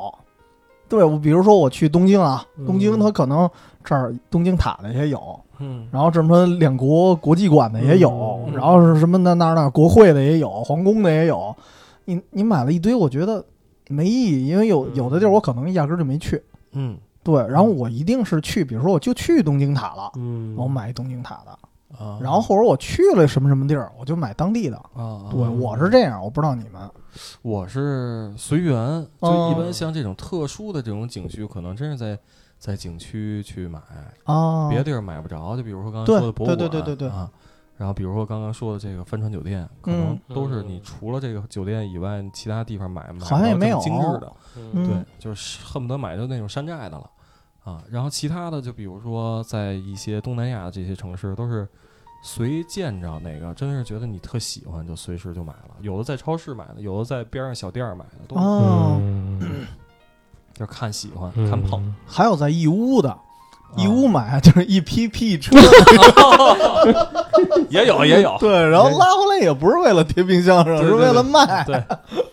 Speaker 1: 对，我比如说我去东京啊，东京
Speaker 4: 嗯
Speaker 1: 它可能这儿东京塔的也有，
Speaker 2: 嗯
Speaker 1: 然后什么两国国际馆的也有，
Speaker 4: 嗯
Speaker 1: 然后是什么那那那国会的也有，皇宫的也有。你你买了一堆，我觉得没意义，因为有
Speaker 4: 嗯
Speaker 1: 有的地儿我可能压根儿就没去。
Speaker 2: 嗯
Speaker 1: 对，然后我一定是去，比如说我就去东京塔了，
Speaker 4: 嗯
Speaker 1: 我买东京塔的，
Speaker 2: 啊，
Speaker 1: 嗯然后或者我去了什么什么地儿，我就买当地的。
Speaker 2: 啊，
Speaker 1: 对，我是这样，我不知道你们。
Speaker 2: 我是随缘，就
Speaker 1: 哦
Speaker 2: 一般像这种特殊的这种景区，可能真是在在景区去买，
Speaker 1: 啊，
Speaker 2: 别的地儿买不着。就比如说刚才
Speaker 1: 对
Speaker 2: 说的博物馆，
Speaker 1: 对对对对对
Speaker 2: 啊，然后比如说刚刚说的这个帆船酒店，可能
Speaker 1: 嗯
Speaker 2: 都是你除了这个酒店以外，其他地方买买
Speaker 1: 好像也
Speaker 2: 不到
Speaker 1: 没
Speaker 2: 这么
Speaker 1: 有
Speaker 2: 精致的，
Speaker 1: 嗯
Speaker 2: 对，就是恨不得买就那种山寨的了啊。然后其他的，就比如说在一些东南亚的这些城市，都是随见着哪个真是觉得你特喜欢，就随时就买了。有的在超市买的，有的在边上小店儿买的，都是
Speaker 1: 啊，
Speaker 4: 嗯
Speaker 2: 就是看喜欢、
Speaker 4: 嗯
Speaker 2: 看捧。
Speaker 1: 还有在义乌的，义乌
Speaker 2: 啊
Speaker 1: 买就是一批批车，
Speaker 2: 也有也有，
Speaker 1: 对，然后拉回来也不是为了贴冰箱上，
Speaker 2: 对对
Speaker 1: 是为了卖。
Speaker 2: 对，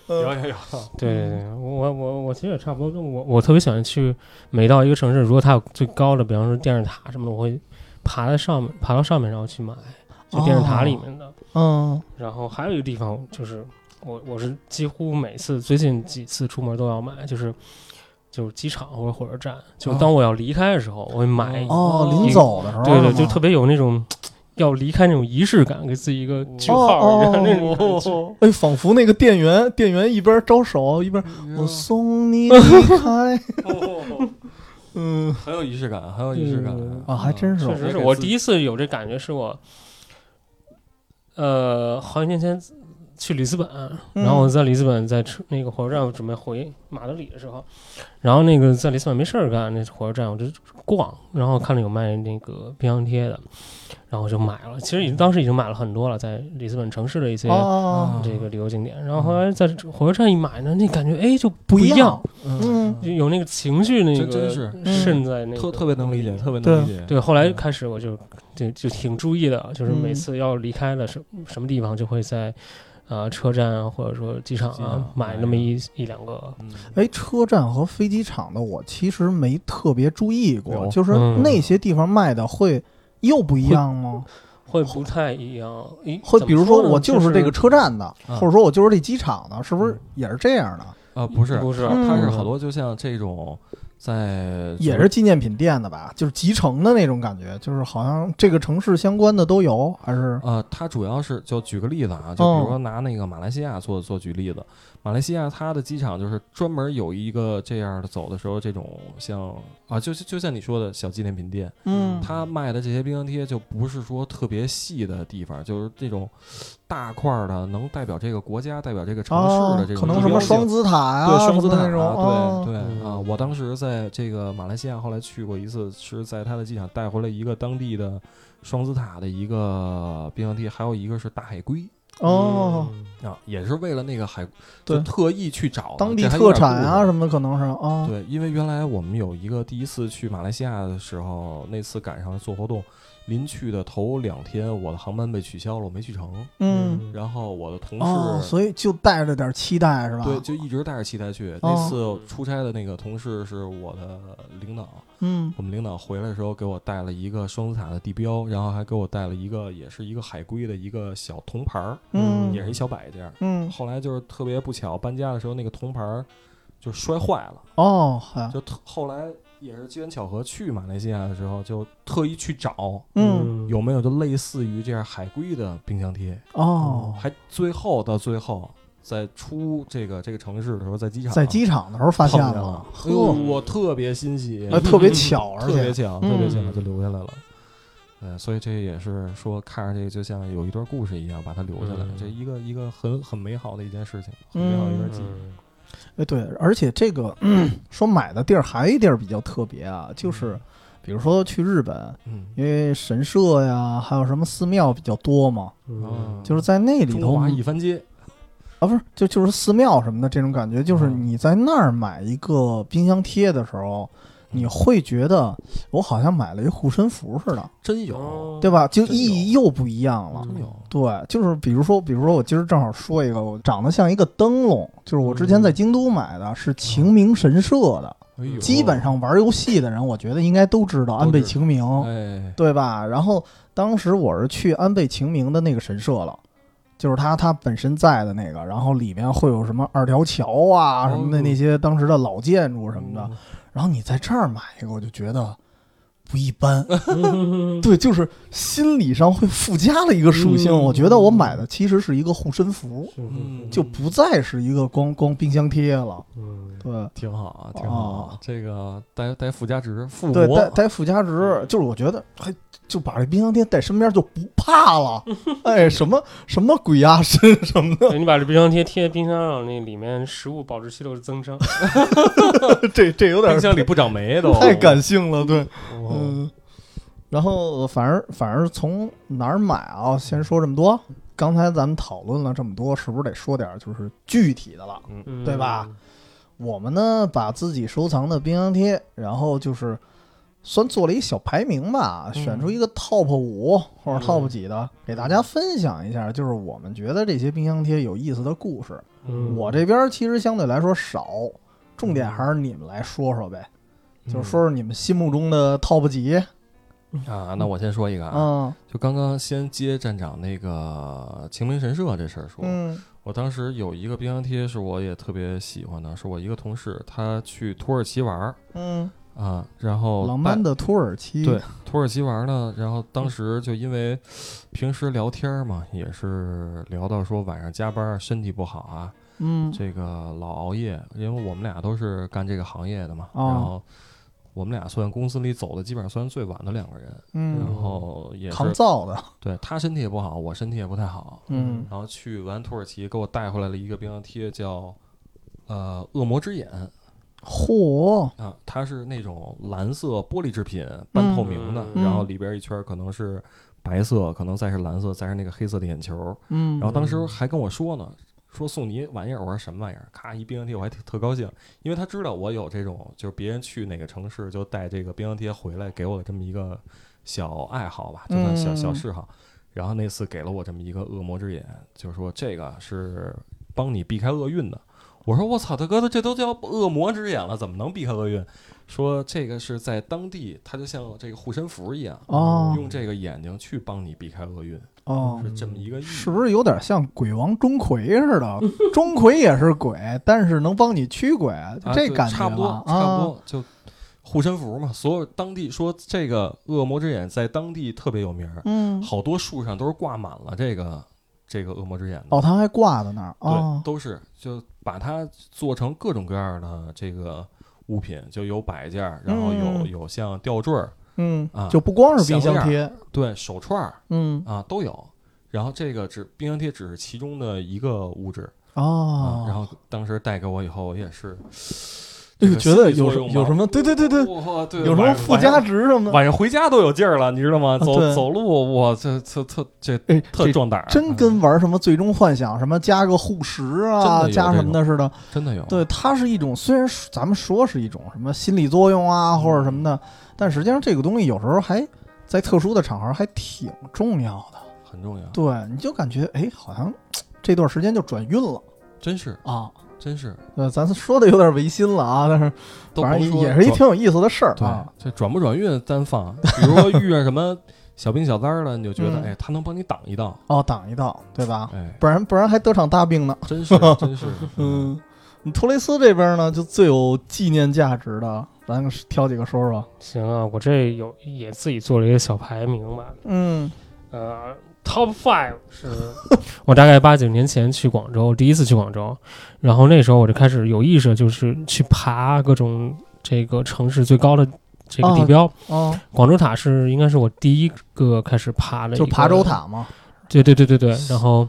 Speaker 1: 嗯
Speaker 2: 有有有，
Speaker 4: 对对对，我我我其实也差不多，跟我我特别喜欢去，每到一个城市，如果它有最高的，比方说电视塔什么的，我会爬在上面，爬到上面然后去买，就电视塔里面的。
Speaker 1: 嗯
Speaker 4: 然后还有一个地方就是我我是几乎每次最近几次出门都要买，就是就是机场或者火车站，就当我要离开的时候，我会买一个。
Speaker 1: 哦，
Speaker 4: 一
Speaker 1: 临
Speaker 4: 个
Speaker 1: 走的时候
Speaker 4: 嗯对对，
Speaker 1: 是
Speaker 4: 就
Speaker 1: 吗
Speaker 4: 特别有那种要离开那种仪式感，给自己一个句
Speaker 1: 哦
Speaker 4: 号一样
Speaker 1: 哦
Speaker 4: 那种感觉。
Speaker 1: 哎，仿佛那个店员，店员一边招手一边我送你离
Speaker 4: 哦
Speaker 1: 开，嗯
Speaker 2: *laughs* 很有仪式感，很有仪式感
Speaker 4: 嗯
Speaker 1: 啊，还真是
Speaker 4: 确实是我第一次有这感觉，是我呃好几年前去里斯本，
Speaker 1: 嗯
Speaker 4: 然后我在里斯本在车那个火车站我准备回马德里的时候，然后那个在里斯本没事儿干，那火车站我就逛，然后看到有卖那个冰箱贴的，然后我就买了。其实已经当时已经买了很多了，在里斯本城市的一些。
Speaker 1: 哦，
Speaker 4: 这个旅游景点，然后后来在火车站一买呢，那感觉哎就
Speaker 1: 不
Speaker 4: 不一样
Speaker 1: 样，，嗯
Speaker 4: 就有那个情绪，那
Speaker 2: 真
Speaker 4: 个
Speaker 2: 真是
Speaker 4: 渗在那个
Speaker 2: 特特别能理解，特别
Speaker 1: 对
Speaker 2: 能理解。
Speaker 4: 对，后来
Speaker 2: 嗯
Speaker 4: 开始我就就就挺注意的，啊就是每
Speaker 1: 嗯
Speaker 4: 次要离开了什什么地方，就会在呃车站啊，或者说机场
Speaker 2: 机
Speaker 4: 啊
Speaker 2: 场
Speaker 4: 买
Speaker 2: 买
Speaker 4: 那么一一两个。
Speaker 2: 嗯
Speaker 1: 哎，车站和飞机场的我其实没特别注意过，
Speaker 2: 有
Speaker 1: 就是
Speaker 4: 嗯
Speaker 1: 那些地方卖的会又不一样吗？
Speaker 4: 会不太一样，诶
Speaker 1: 会
Speaker 4: 怎么
Speaker 1: 比如
Speaker 4: 说呢
Speaker 1: 我就是这个车站的，
Speaker 2: 嗯
Speaker 1: 或者说我就是这机场的，是不
Speaker 4: 嗯
Speaker 1: 是也是这样的？
Speaker 2: 啊，不是
Speaker 4: 不是
Speaker 2: 它它是
Speaker 4: 嗯
Speaker 2: 好多就像这种在
Speaker 1: 也是纪念品店的吧？就是集成的那种感觉，就是好像这个城市相关的都有，还是
Speaker 2: 呃，它主要是就举个例子啊，就
Speaker 1: 哦
Speaker 2: 比如说拿那个马来西亚做做举例子，马来西亚它的机场就是专门有一个这样的走的时候，这种像啊，就就像你说的小纪念品店，
Speaker 1: 嗯
Speaker 2: 它卖的这些冰箱贴就不是说特别细的地方，就是这种大块儿的能代表这个国家、代表这个城市的这
Speaker 1: 哦
Speaker 2: 种
Speaker 1: 可能
Speaker 2: 地
Speaker 1: 什么
Speaker 2: 标性
Speaker 1: 双子塔呀、
Speaker 2: 对双子塔
Speaker 1: 什么那种，
Speaker 2: 啊
Speaker 1: 哦
Speaker 2: 对对
Speaker 4: 嗯
Speaker 2: 啊！我当时在这个马来西亚后来去过一次，是在他的机场带回来一个当地的双子塔的一个冰箱贴，还有一个是大海龟
Speaker 1: 哦，
Speaker 4: 嗯
Speaker 2: 啊，也是为了那个海，
Speaker 1: 对
Speaker 2: 就特意去找的
Speaker 1: 当地
Speaker 2: 这还有
Speaker 1: 特
Speaker 2: 点
Speaker 1: 产
Speaker 2: 故
Speaker 1: 啊
Speaker 2: 事
Speaker 1: 什么的可能是啊，
Speaker 2: 对，因为原来我们有一个第一次去马来西亚的时候，那次赶上做活动，临去的头两天，我的航班被取消了，我没去成。
Speaker 1: 嗯，
Speaker 4: 嗯
Speaker 2: 然后我的同事、
Speaker 1: 哦，所以就带着点期待是吧？哦
Speaker 2: 对，就一直带着期待去。那次出差的那个同事是我的领导，
Speaker 1: 嗯，
Speaker 2: 我们领导回来的时候给我带了一个双子塔的地标，然后还给我带了一个也是一个海龟的一个小铜牌儿，
Speaker 1: 嗯
Speaker 2: 也是一小摆件儿。
Speaker 1: 嗯，
Speaker 2: 后来就是特别不巧，搬家的时候那个铜牌儿就摔坏了。
Speaker 1: 哦，嗨，
Speaker 2: 就特后来也是机缘巧合去马来西亚的时候，就特意去找
Speaker 1: 嗯，
Speaker 2: 有没有就类似于这样海龟的冰箱贴，
Speaker 1: 哦，
Speaker 2: 还最后到最后在出这个这个城市的时候，在机场
Speaker 1: 在机场的时候发现
Speaker 2: 碰见
Speaker 1: 了
Speaker 2: 了，，哎呦，我特别欣喜，
Speaker 1: 呃，特别巧，而
Speaker 2: 特别
Speaker 1: 且，
Speaker 2: 巧，
Speaker 1: 嗯
Speaker 2: 特别巧就留下来了。嗯，所以这也是说，看着这个就像有一段故事一样，把它留下来，
Speaker 4: 嗯
Speaker 2: 这一个一个很很美好的一件事情，很美好的一段记忆。
Speaker 4: 嗯
Speaker 1: 哎，对，而且这个 *clears throat* 嗯说买的地儿还有一地儿比较特别啊，就是比如说去日本，
Speaker 2: 嗯，
Speaker 1: 因为神社呀，还有什么寺庙比较多嘛，
Speaker 4: 嗯
Speaker 2: 啊
Speaker 1: 就是在那里
Speaker 2: 中
Speaker 1: 头
Speaker 2: 华一番街，
Speaker 1: 啊，不是，就就是寺庙什么的这种感觉，就是
Speaker 2: 嗯
Speaker 1: 你在那儿买一个冰箱贴的时候，你会觉得我好像买了一护身符似的，
Speaker 2: 真有，
Speaker 4: 哦
Speaker 1: 对
Speaker 4: *laughs*
Speaker 1: 吧？就
Speaker 2: 嗯真嗯
Speaker 1: 意义又不一样了。
Speaker 2: 真有。
Speaker 1: 对，就是比如说，比如说我今儿正好说一个，我长得像一个灯笼，就是我之前
Speaker 2: 嗯
Speaker 1: 在京都买的，是晴明神社的。
Speaker 2: 哎呦
Speaker 1: 基本上玩游戏的人，我觉得应该都知道
Speaker 2: 都
Speaker 1: 安倍
Speaker 2: 知道
Speaker 1: 晴明，
Speaker 2: 哎，
Speaker 1: 对吧？然后当时我是去安倍晴明的那个神社了，就是他他本身在的那个，然后里面会有什么二条桥啊
Speaker 2: 哦
Speaker 1: 什么的那些当时的老建筑什么
Speaker 4: 哦
Speaker 1: 的，然后你在这儿买一个，我就觉得不一般。 *laughs* 对，就是心理上会附加了一个属性。
Speaker 4: 嗯
Speaker 1: 我觉得我买的其实是一个护身符，
Speaker 4: 嗯
Speaker 1: 就不再是一个光光冰箱贴了。
Speaker 4: 嗯
Speaker 1: 对，
Speaker 2: 挺好啊，挺好啊
Speaker 1: 哦。
Speaker 2: 这个带带附加值，附
Speaker 1: 对，带
Speaker 2: 魔，
Speaker 1: 带附加值，
Speaker 2: 嗯
Speaker 1: 就是我觉得还就把这冰箱贴带身边就不怕了。哎，什么什么鬼压身什么的，
Speaker 4: 对你把这冰箱贴贴冰箱上，那里面食物保质期都是
Speaker 1: *laughs*
Speaker 4: 增长。
Speaker 1: 这这有点
Speaker 2: 冰箱里不长霉都
Speaker 1: 太感性了，对，
Speaker 4: 哦
Speaker 1: 嗯。然后反正反正从哪儿买啊？先说这么多。刚才咱们讨论了这么多，是不是得说点就是具体的了？
Speaker 4: 嗯
Speaker 1: 对吧？我们呢，把自己收藏的冰箱贴，然后就是算做了一小排名吧，
Speaker 2: 嗯
Speaker 1: 选出一个 top 五或者
Speaker 4: 嗯
Speaker 1: top 几的，给大家分享一下，就是我们觉得这些冰箱贴有意思的故事。
Speaker 4: 嗯
Speaker 1: 我这边其实相对来说少，重点还是你们来说说呗，
Speaker 2: 嗯
Speaker 1: 就是说说你们心目中的 top 几。
Speaker 2: 啊。那我先说一个啊，
Speaker 1: 嗯
Speaker 2: 就刚刚先接站长那个晴明神社这事儿说，
Speaker 1: 嗯
Speaker 2: 我当时有一个冰箱贴是我也特别喜欢的，是我一个同事他去土耳其玩儿
Speaker 1: 嗯，
Speaker 2: 啊，然后
Speaker 1: 浪
Speaker 2: 带
Speaker 1: 漫的土耳其。
Speaker 2: 对，土耳其玩呢，然后当时就因为平时聊天儿嘛，也是聊到说晚上加班儿身体不好啊，
Speaker 1: 嗯
Speaker 2: 这个老熬夜，因为我们俩都是干这个行业的嘛，
Speaker 1: 哦
Speaker 2: 然后我们俩算公司里走的基本上算最晚的两个人，然
Speaker 1: 嗯，
Speaker 2: 后也
Speaker 1: 抗
Speaker 2: 是
Speaker 1: 造的。
Speaker 2: 对他身体也不好，我身体也不太好，
Speaker 1: 嗯
Speaker 2: 然后去完土耳其给我带回来了一个冰箱贴，叫呃恶魔之眼
Speaker 1: 嚯，
Speaker 2: 啊，它是那种蓝色玻璃制品，半透明的，
Speaker 1: 嗯
Speaker 2: 然后里边一圈儿可能是白色，可能再是蓝色，再是那个黑色的眼球，
Speaker 1: 嗯
Speaker 2: 然后当时还跟我说呢，说送你玩意儿，我说什么玩意儿？咔一冰箱贴，我还特特高兴，因为他知道我有这种，就是别人去哪个城市就带这个冰箱贴回来给我的这么一个小爱好吧，就算小小
Speaker 1: 嗯
Speaker 2: 嗜好。然后那次给了我这么一个恶魔之眼，就是说这个是帮你避开厄运的。我说我操，大哥，这都叫恶魔之眼了，怎么能避开厄运？说这个是在当地，它就像这个护身符一样，
Speaker 1: 哦
Speaker 2: 用这个眼睛去帮你避开厄运，
Speaker 1: 哦，
Speaker 2: 是这么一个意义。
Speaker 1: 是不是有点像鬼王钟馗似的？
Speaker 2: *laughs*
Speaker 1: 钟馗也是鬼，但是能帮你驱鬼，就
Speaker 2: 啊
Speaker 1: 这
Speaker 2: 对
Speaker 1: 感觉啊
Speaker 2: 差不多
Speaker 1: 吧，
Speaker 2: 差不多就护身符嘛。所有当地说这个恶魔之眼在当地特别有名儿
Speaker 1: 啊，嗯，
Speaker 2: 好多树上都是挂满了这个这个恶魔之眼的。
Speaker 1: 哦，他还挂在那儿
Speaker 2: 对，
Speaker 1: 哦，
Speaker 2: 都是就把它做成各种各样的这个物品，就有摆件儿，然后有
Speaker 1: 嗯
Speaker 2: 有像吊坠儿，
Speaker 1: 嗯
Speaker 2: 啊，
Speaker 1: 就不光是冰箱贴，
Speaker 2: 对手串儿
Speaker 1: 嗯，
Speaker 2: 啊都有。然后这个只冰箱贴只是其中的一个物质，啊，然
Speaker 1: 哦，
Speaker 2: 后当时带给我以后，我也是
Speaker 1: 就
Speaker 2: 这个
Speaker 1: 觉得
Speaker 2: 心理
Speaker 1: 有
Speaker 2: 作
Speaker 1: 什
Speaker 2: 用
Speaker 1: 有
Speaker 2: 吧
Speaker 1: 什么对对对对，
Speaker 2: 哇对
Speaker 1: 有什么
Speaker 2: 晚
Speaker 1: 附加值什么的，
Speaker 2: 晚上回家都有劲儿了，你知道吗？走
Speaker 1: 啊对
Speaker 2: 走路，我这这特这
Speaker 1: 哎，
Speaker 2: 特啊
Speaker 1: 这
Speaker 2: 壮胆儿，嗯
Speaker 1: 真跟玩什么最终幻想什么加个护石
Speaker 2: 真的
Speaker 1: 啊，
Speaker 2: 有
Speaker 1: 加
Speaker 2: 这
Speaker 1: 什么的似的。
Speaker 2: 嗯真的有
Speaker 1: 对，它是一种虽然说咱们说是一种什么心理作用啊，或者什么的，
Speaker 2: 嗯
Speaker 1: 但实际上这个东西有时候还在特殊的场合还挺重要的。
Speaker 2: 很重要，
Speaker 1: 对，你就感觉哎，好像嘖这段时间就转运了
Speaker 2: 真是
Speaker 1: 啊。
Speaker 2: 真是
Speaker 1: 呃，咱说的有点违心了啊，但是
Speaker 2: 都
Speaker 1: 反
Speaker 2: 甭
Speaker 1: 正
Speaker 2: 说
Speaker 1: 也是一
Speaker 2: 转
Speaker 1: 挺有意思的事儿
Speaker 2: 对
Speaker 1: 啊。，
Speaker 2: 这转不转运单放，比如说遇上什么小兵小灾儿了，你就觉
Speaker 1: 嗯
Speaker 2: 得
Speaker 1: 啊
Speaker 2: 哎，他能帮你挡一道，
Speaker 1: 哦，挡一道，对吧？
Speaker 2: 哎，
Speaker 1: 不然不然还得场大病呢。*laughs*
Speaker 2: 真是真是，嗯，
Speaker 1: 嗯，托雷斯这边呢，就最有纪念价值的，咱挑几个说说。
Speaker 4: 行啊，我这有也自己做了一个小排名吧，
Speaker 1: 嗯，
Speaker 4: 呃，Top Five 是我大概八九年前去广州，第一次去广州，然后那时候我就开始有意识，就是去爬各种这个城市最高的这个
Speaker 1: 哦
Speaker 4: 地标。
Speaker 1: 哦，
Speaker 4: 广州塔是应该是我第一个开始爬的，
Speaker 1: 就是琶洲。塔嘛，
Speaker 4: 对对对对对，然后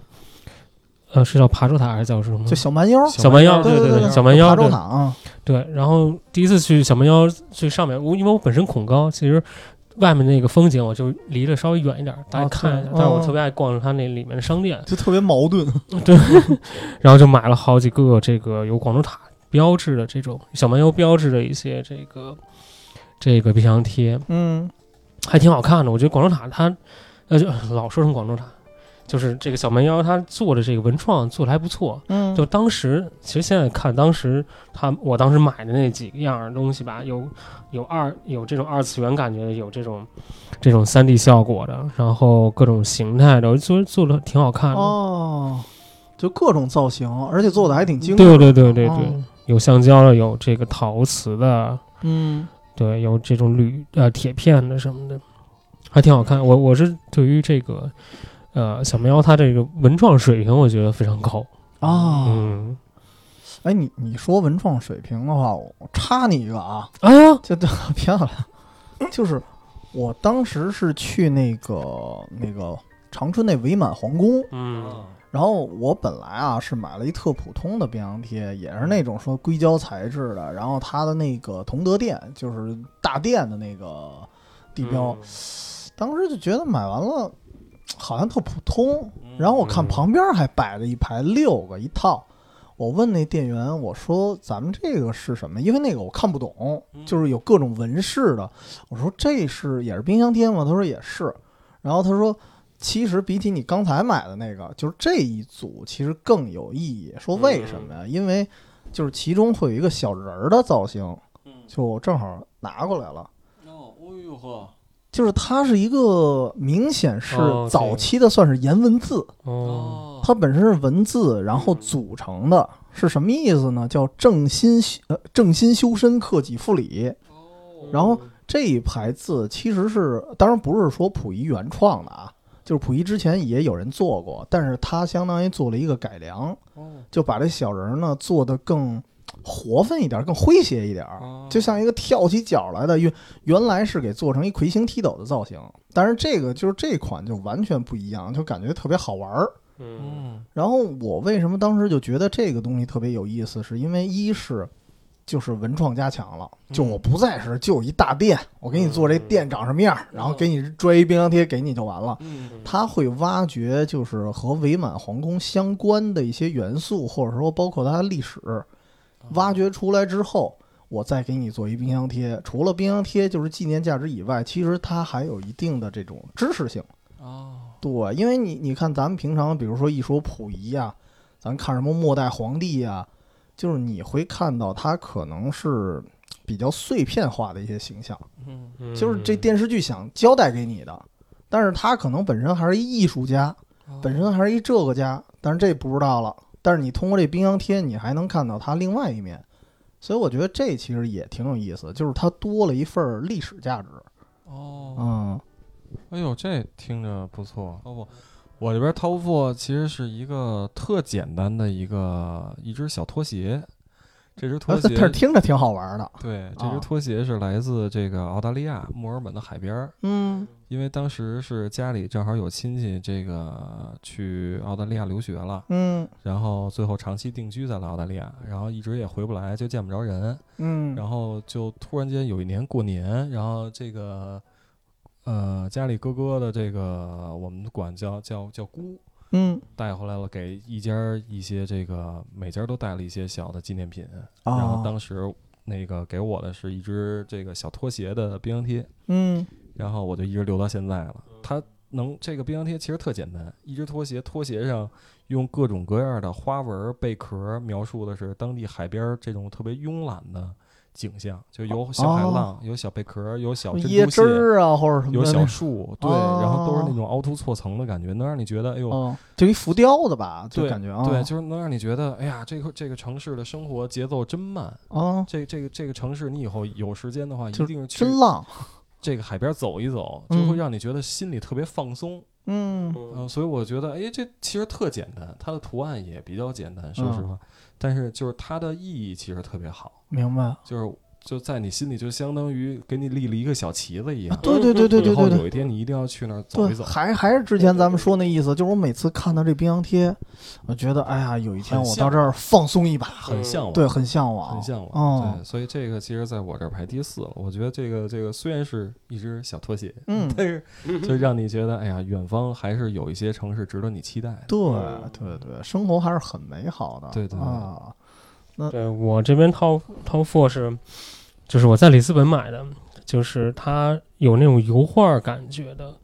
Speaker 4: 呃是叫琶洲塔还是叫什么？
Speaker 2: 嗯
Speaker 1: 就小蛮腰，
Speaker 4: 小蛮腰，
Speaker 1: 对
Speaker 4: 对
Speaker 1: 对
Speaker 4: 对，小蛮腰
Speaker 1: 琶洲
Speaker 4: 对
Speaker 1: 塔啊，
Speaker 4: 对，然后第一次去小蛮腰最上面，我因为我本身恐高，其实外面那个风景我就离得稍微远一点，大家
Speaker 1: 哦
Speaker 4: 看一
Speaker 1: 是
Speaker 4: 下。
Speaker 1: 吗
Speaker 4: 但是我
Speaker 1: 哦
Speaker 4: 特别爱逛它那里面的商店，
Speaker 1: 就特别矛盾。
Speaker 4: 对，然后就买了好几个这个有广州塔标志的这种小蛮腰标志的一些这个这个冰箱贴，
Speaker 1: 嗯，
Speaker 4: 还挺好看的。我觉得广州塔它呃就老说成广州塔，就是这个小蛮腰它做的这个文创做的还不错，
Speaker 1: 嗯，
Speaker 4: *laughs* 就当时，其实现在看，当时他我当时买的那几样儿东西吧，有有二有这种二次元感觉的，有这种这种三 D 效果的，然后各种形态的，我觉得做的挺好看的。
Speaker 1: 哦，就各种造型，而且做的还挺精致。
Speaker 4: 对对对对对，
Speaker 1: 哦
Speaker 4: 有橡胶的，有这个陶瓷的，
Speaker 1: 嗯，
Speaker 4: 对，有这种铝呃铁片的什么的，还挺好看。我我是对于这个呃小蛮腰它这个文创水平，我觉得非常高。
Speaker 1: 啊，
Speaker 4: 嗯，
Speaker 1: 哎，你你说文创水平的话，我插你一个啊，
Speaker 4: 哎呀，
Speaker 1: 就漂亮，就是我当时是去那个那个长春那伪满皇宫。
Speaker 4: 嗯
Speaker 1: 然后我本来啊是买了一特普通的冰洋贴，也是那种说硅胶材质的，然后它的那个同德殿就是大殿的那个地标，当时就觉得买完了好像特普通。然后我看
Speaker 4: 嗯
Speaker 1: 旁边还摆着一排六个一套，我问那店员我说咱们这个是什么？因为那个我看不懂，
Speaker 4: 嗯
Speaker 1: 就是有各种纹饰的。我说这是也是冰箱贴吗？他说也是。然后他说其实比起你刚才买的那个，就是这一组其实更有意义。说为什么呀？
Speaker 4: 嗯
Speaker 1: 因为就是其中会有一个小人儿的造型，就我正好拿过来了。
Speaker 2: 嗯哦，哎呦呵，
Speaker 1: 就是它是一个明显是
Speaker 4: 哦这
Speaker 1: 早
Speaker 4: 个
Speaker 1: 期的，算是颜文字，
Speaker 4: 哦。
Speaker 1: 它本身是文字，然后组成的，是什么意思呢？叫正心修呃正心修身克己复礼。然后这一排字其实是，当然不是说溥仪原创的啊，就是溥仪之前也有人做过，但是他相当于做了一个改良，就把这小人儿呢做得更活泛一点儿，更诙谐一点儿。
Speaker 2: 哦
Speaker 1: 就像一个跳起脚来的，原原来是给做成一魁星踢斗的造型，但是这个就是这款就完全不一样，就感觉特别好玩儿。
Speaker 4: 嗯
Speaker 2: 嗯
Speaker 1: 然后我为什么当时就觉得这个东西特别有意思，是因为一是就是文创加强了，就我不再是就一大店，我给你做这店长什么样儿，然后给你拽一冰箱贴给你就完了。
Speaker 2: 嗯
Speaker 1: 他会挖掘就是和伪满皇宫相关的一些元素，或者说包括它的历史，挖掘出来之后，我再给你做一冰箱贴。除了冰箱贴就是纪念价值以外，其实它还有一定的这种知识性。
Speaker 2: 哦，
Speaker 1: 对，因为你你看咱们平常比如说一说溥仪啊，咱看什么末代皇帝啊，就是你会看到他可能是比较碎片化的一些形象。
Speaker 2: 嗯
Speaker 1: 就是这电视剧想交代给你的，但是他可能本身还是一艺术家，
Speaker 2: 哦
Speaker 1: 本身还是一这个家，但是这不知道了。但是你通过这冰箱贴，你还能看到他另外一面，所以我觉得这其实也挺有意思，就是它多了一份儿历史价值。
Speaker 2: 哦，
Speaker 1: 嗯，
Speaker 2: 哎呦，这听着不错。哦不，我这边 Top Four 其实是一个特简单的一个一只小拖鞋，这只拖
Speaker 1: *laughs* 但是
Speaker 2: 鞋，
Speaker 1: 听着挺好玩的。
Speaker 2: 对，这
Speaker 1: 啊
Speaker 2: 只拖鞋是来自这个澳大利亚墨尔本的海边儿，
Speaker 1: 嗯
Speaker 2: 因为当时是家里正好有亲戚这个去澳大利亚留学了，
Speaker 1: 嗯
Speaker 2: 然后最后长期定居在了澳大利亚，然后一直也回不来，就见不着人，
Speaker 1: 嗯，
Speaker 2: 然后就突然间有一年过年，然后这个呃家里哥哥的这个我们管叫叫叫姑
Speaker 1: 嗯
Speaker 2: 带回来了，给一家儿一些这个每家儿都带了一些小的纪念品，然后
Speaker 1: 哦，
Speaker 2: 当时那个给我的是一只这个小拖鞋的冰箱贴，
Speaker 1: 嗯
Speaker 2: 然后我就一直留到现在了。它能这个冰箱贴其实特简单，一只拖鞋，拖鞋上用各种各样的花纹、贝壳描述的是当地海边儿这种特别慵懒的景象，就有小海浪，有小贝壳，有小珍
Speaker 1: 哦椰
Speaker 2: 珠
Speaker 1: 汁
Speaker 2: 蟹。
Speaker 1: 儿啊，或者什么
Speaker 2: 有
Speaker 1: 的
Speaker 2: 小
Speaker 1: 那
Speaker 2: 树，对，
Speaker 1: 哦
Speaker 2: 然后都是那种凹凸错层的感觉，能让你觉得，哎呦，
Speaker 1: 哦，就一浮雕的吧，就
Speaker 2: 对
Speaker 1: 感觉啊，
Speaker 2: 对，就是能让你觉得，哎呀，这个这个城市的生活节奏真慢，
Speaker 1: 啊，
Speaker 2: 这这个这个城市，你以后有时间的话，一
Speaker 1: 就
Speaker 2: 定去
Speaker 1: 真浪，
Speaker 2: 这个海边走一走，就
Speaker 1: 嗯
Speaker 2: 会让你觉得心里特别放松。
Speaker 1: 嗯
Speaker 2: 嗯、所以我觉得，哎，这其实特简单，它的图案也比较简单，说
Speaker 1: 嗯
Speaker 2: 实话，但是就是它的意义其实特别好，
Speaker 1: 明白。
Speaker 2: 就是就在你心里就相当于给你立了一个小旗子一样。
Speaker 1: 啊对对对对对
Speaker 2: 以后
Speaker 1: 对对
Speaker 2: 有一天你一定要去那儿走
Speaker 1: 对
Speaker 2: 一，走。
Speaker 1: 还还是之前咱们说那意思，就是我每次看到这冰箱贴，我觉得哎呀，有一天
Speaker 2: 很
Speaker 1: 我
Speaker 2: 向
Speaker 1: 到这儿放松一把，
Speaker 2: 很向往，
Speaker 1: 对，很向往，
Speaker 2: 很向往。
Speaker 1: 哦
Speaker 2: 对，所以这个其实在我这儿排第四了。我觉得这个这个虽然是一只小拖鞋，
Speaker 1: 嗯
Speaker 2: 但是就让你觉得，哎呀，远方还是有一些城市值得你期待的。
Speaker 1: 对对对，生活还是很美好的，
Speaker 2: 对对对
Speaker 1: 啊，
Speaker 4: 对我这边 top top four 是，就是我在里斯本买的，就是它有那种油画感觉的，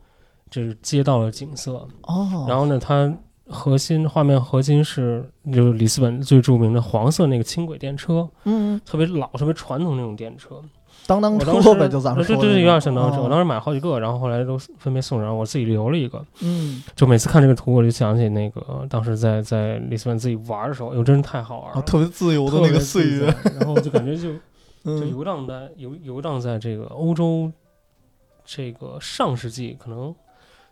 Speaker 4: 就是街道的景色。
Speaker 1: 哦，
Speaker 4: 然后呢，它核心画面核心是就是里斯本最著名的黄色那个轻轨电车，
Speaker 1: 嗯，
Speaker 4: 特别老、特别传统那种电车。
Speaker 1: 当当
Speaker 4: 我当
Speaker 1: 车呗，
Speaker 4: 时
Speaker 1: 就咱们
Speaker 4: 对
Speaker 1: 说
Speaker 4: 对
Speaker 1: 的
Speaker 4: 对，
Speaker 1: 那
Speaker 4: 有点像当
Speaker 1: 种
Speaker 4: 车。我
Speaker 1: 哦
Speaker 4: 当时买了好几个，然后后来都分别送人，我自己留了一个。
Speaker 1: 嗯，
Speaker 4: 就每次看这个图，我就想起那个当时在在里斯本自己玩的时候，哎呦，真是太好玩
Speaker 1: 啊，
Speaker 4: 了。
Speaker 1: 特别自由的
Speaker 4: 特
Speaker 1: 那
Speaker 4: 别
Speaker 1: 个
Speaker 4: 自
Speaker 1: 岁 *laughs* 月，
Speaker 4: 在，然后就感觉就就
Speaker 1: 嗯
Speaker 4: 游荡在游游荡在这个欧洲，这个上世纪可能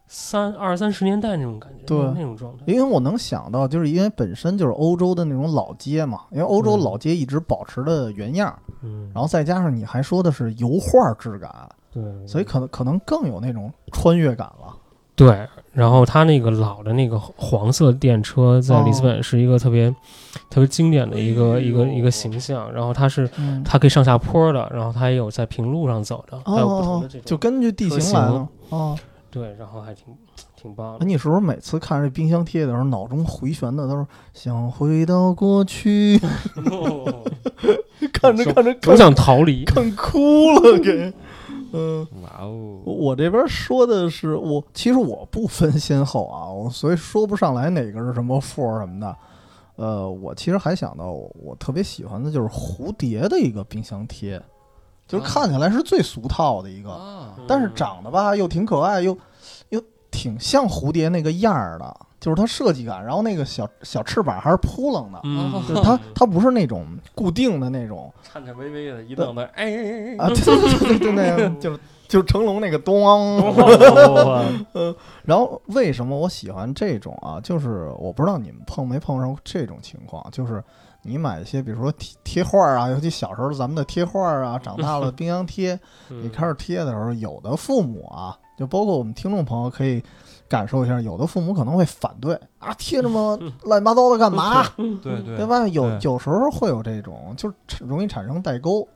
Speaker 4: 三二三十年代那种感觉，
Speaker 1: 对
Speaker 4: 那种状态。
Speaker 1: 因为我能想到，就是因为本身就是欧洲的那种老街嘛，因为欧洲
Speaker 4: 嗯
Speaker 1: 老街一直保持的原样儿，
Speaker 4: 嗯，
Speaker 1: 然后再加上你还说的是油画质感，
Speaker 4: 对，
Speaker 1: 所以可能可能更有那种穿越感了。
Speaker 4: 对，然后它那个老的那个黄色电车在里斯
Speaker 1: 哦
Speaker 4: 本是一个特别、特别经典的一
Speaker 1: 哎
Speaker 4: 个、一个一个形象，然后它是
Speaker 1: 嗯，
Speaker 4: 它可以上下坡的，然后它也有在平路上走的，还有不同
Speaker 1: 哦
Speaker 4: 的这，种
Speaker 1: 就根据地形来了。哦，
Speaker 4: 对，然后还挺挺棒
Speaker 1: 那
Speaker 4: 的。
Speaker 1: 你是不是每次看这冰箱贴的时候，脑中回旋的都是想回到过去？
Speaker 4: 哦
Speaker 1: *laughs* 看着看着
Speaker 4: 总
Speaker 1: 看
Speaker 4: 想逃离，
Speaker 1: 看哭了，
Speaker 4: *laughs*
Speaker 1: 给。嗯，
Speaker 2: 哇哦，
Speaker 1: 我我这边说的是我，其实我不分先后啊，我所以说不上来哪个是什么 for 什么的。呃，我其实还想到我我特别喜欢的就是蝴蝶的一个冰箱贴，就是
Speaker 2: 啊
Speaker 1: 看起来是最俗套的一个，
Speaker 2: 啊，
Speaker 1: 但
Speaker 4: 嗯
Speaker 1: 是长得吧又挺可爱，又又挺像蝴蝶那个样儿的，就是它设计感，然后那个小小翅膀还是扑棱的，
Speaker 4: 嗯，
Speaker 1: 就是它它不是那种固定的那种
Speaker 2: 颤颤巍巍的，一弄的，哎哎哎
Speaker 1: 啊，对对对对对，那个就是就是成龙那个咚。
Speaker 2: 哎嗯
Speaker 1: *laughs* 然后为什么我喜欢这种啊？就是我不知道你们碰没碰上这种情况，就是你买一些，比如说贴贴画啊，尤其小时候咱们的贴画啊，长大了冰箱贴，
Speaker 2: 嗯
Speaker 1: 你开始贴的时候，有的父母啊，就包括我们听众朋友可以感受一下，有的父母可能会反对啊，贴这么乱七八糟的干嘛？
Speaker 2: 对嗯
Speaker 1: *laughs*
Speaker 2: 对
Speaker 1: 对吧？有
Speaker 2: 对
Speaker 1: 有时候会有这种，就是产容易产生代沟。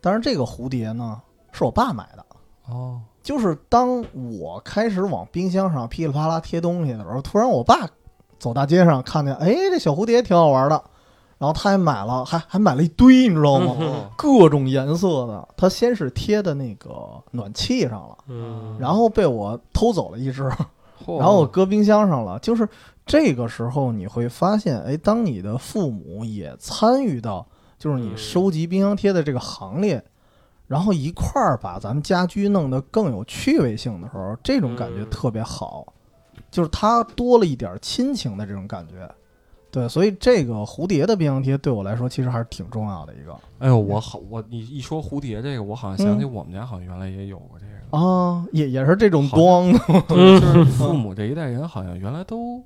Speaker 1: 但是这个蝴蝶呢，是我爸买的。
Speaker 2: 哦，
Speaker 1: 就是当我开始往冰箱上噼里啪啦贴东西的时候，突然我爸走大街上看见，哎，这小蝴蝶挺好玩的，然后他还买了，还还买了一堆，你知道吗？
Speaker 2: 哦
Speaker 1: 各种颜色的。他先是贴的那个暖气上了，
Speaker 4: 嗯，
Speaker 1: 然后被我偷走了一只，
Speaker 2: 嚯
Speaker 1: 然后我搁冰箱上了。就是这个时候，你会发现，哎，当你的父母也参与到就是你
Speaker 4: 嗯
Speaker 1: 收集冰箱贴的这个行列，然后一块儿把咱们家居弄得更有趣味性的时候，这种感觉
Speaker 4: 嗯
Speaker 1: 特别好，
Speaker 2: 嗯
Speaker 1: 就是它多了一点亲情的这种感觉。对，所以这个蝴蝶的冰箱贴对我来说其实还是挺重要的一个
Speaker 2: 哎呦，我好，我你一说蝴蝶这个，我好像想起
Speaker 1: 嗯
Speaker 2: 我们家好像原来也有过这个，
Speaker 1: *laughs* 啊，也也是这种
Speaker 2: 哦好的
Speaker 1: 光
Speaker 2: 就是父母这一代人好像原来都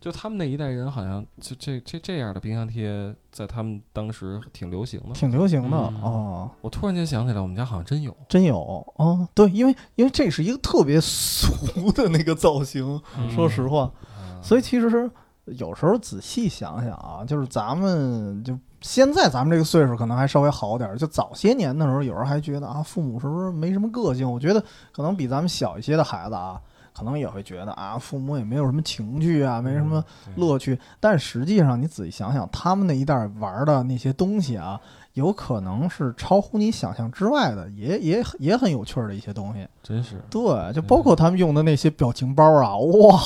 Speaker 2: 就他们那一代人好像就这这这样的冰箱贴，在他们当时挺流行的。
Speaker 1: 挺流行的
Speaker 4: 嗯
Speaker 1: 哦。
Speaker 2: 我突然间想起来，我们家好像真有，
Speaker 1: 真有哦，对，因为因为这是一个特别俗的那个造型，
Speaker 4: 嗯
Speaker 1: 说实话，
Speaker 2: 嗯
Speaker 1: 所以其实有时候仔细想想啊，就是咱们就现在咱们这个岁数可能还稍微好点儿，就早些年的时候，有时候还觉得啊，父母是不是没什么个性？我觉得可能比咱们小一些的孩子啊，可能也会觉得啊，父母也没有什么情趣啊，没什么
Speaker 2: 嗯
Speaker 1: 乐趣。但实际上，你仔细想想，他们那一代儿玩的那些东西啊，有可能是超乎你想象之外的，也也也很有趣儿的一些东西。
Speaker 2: 真是
Speaker 1: 对，就包括他们用的那些表情包啊，
Speaker 2: *laughs*
Speaker 1: 哇，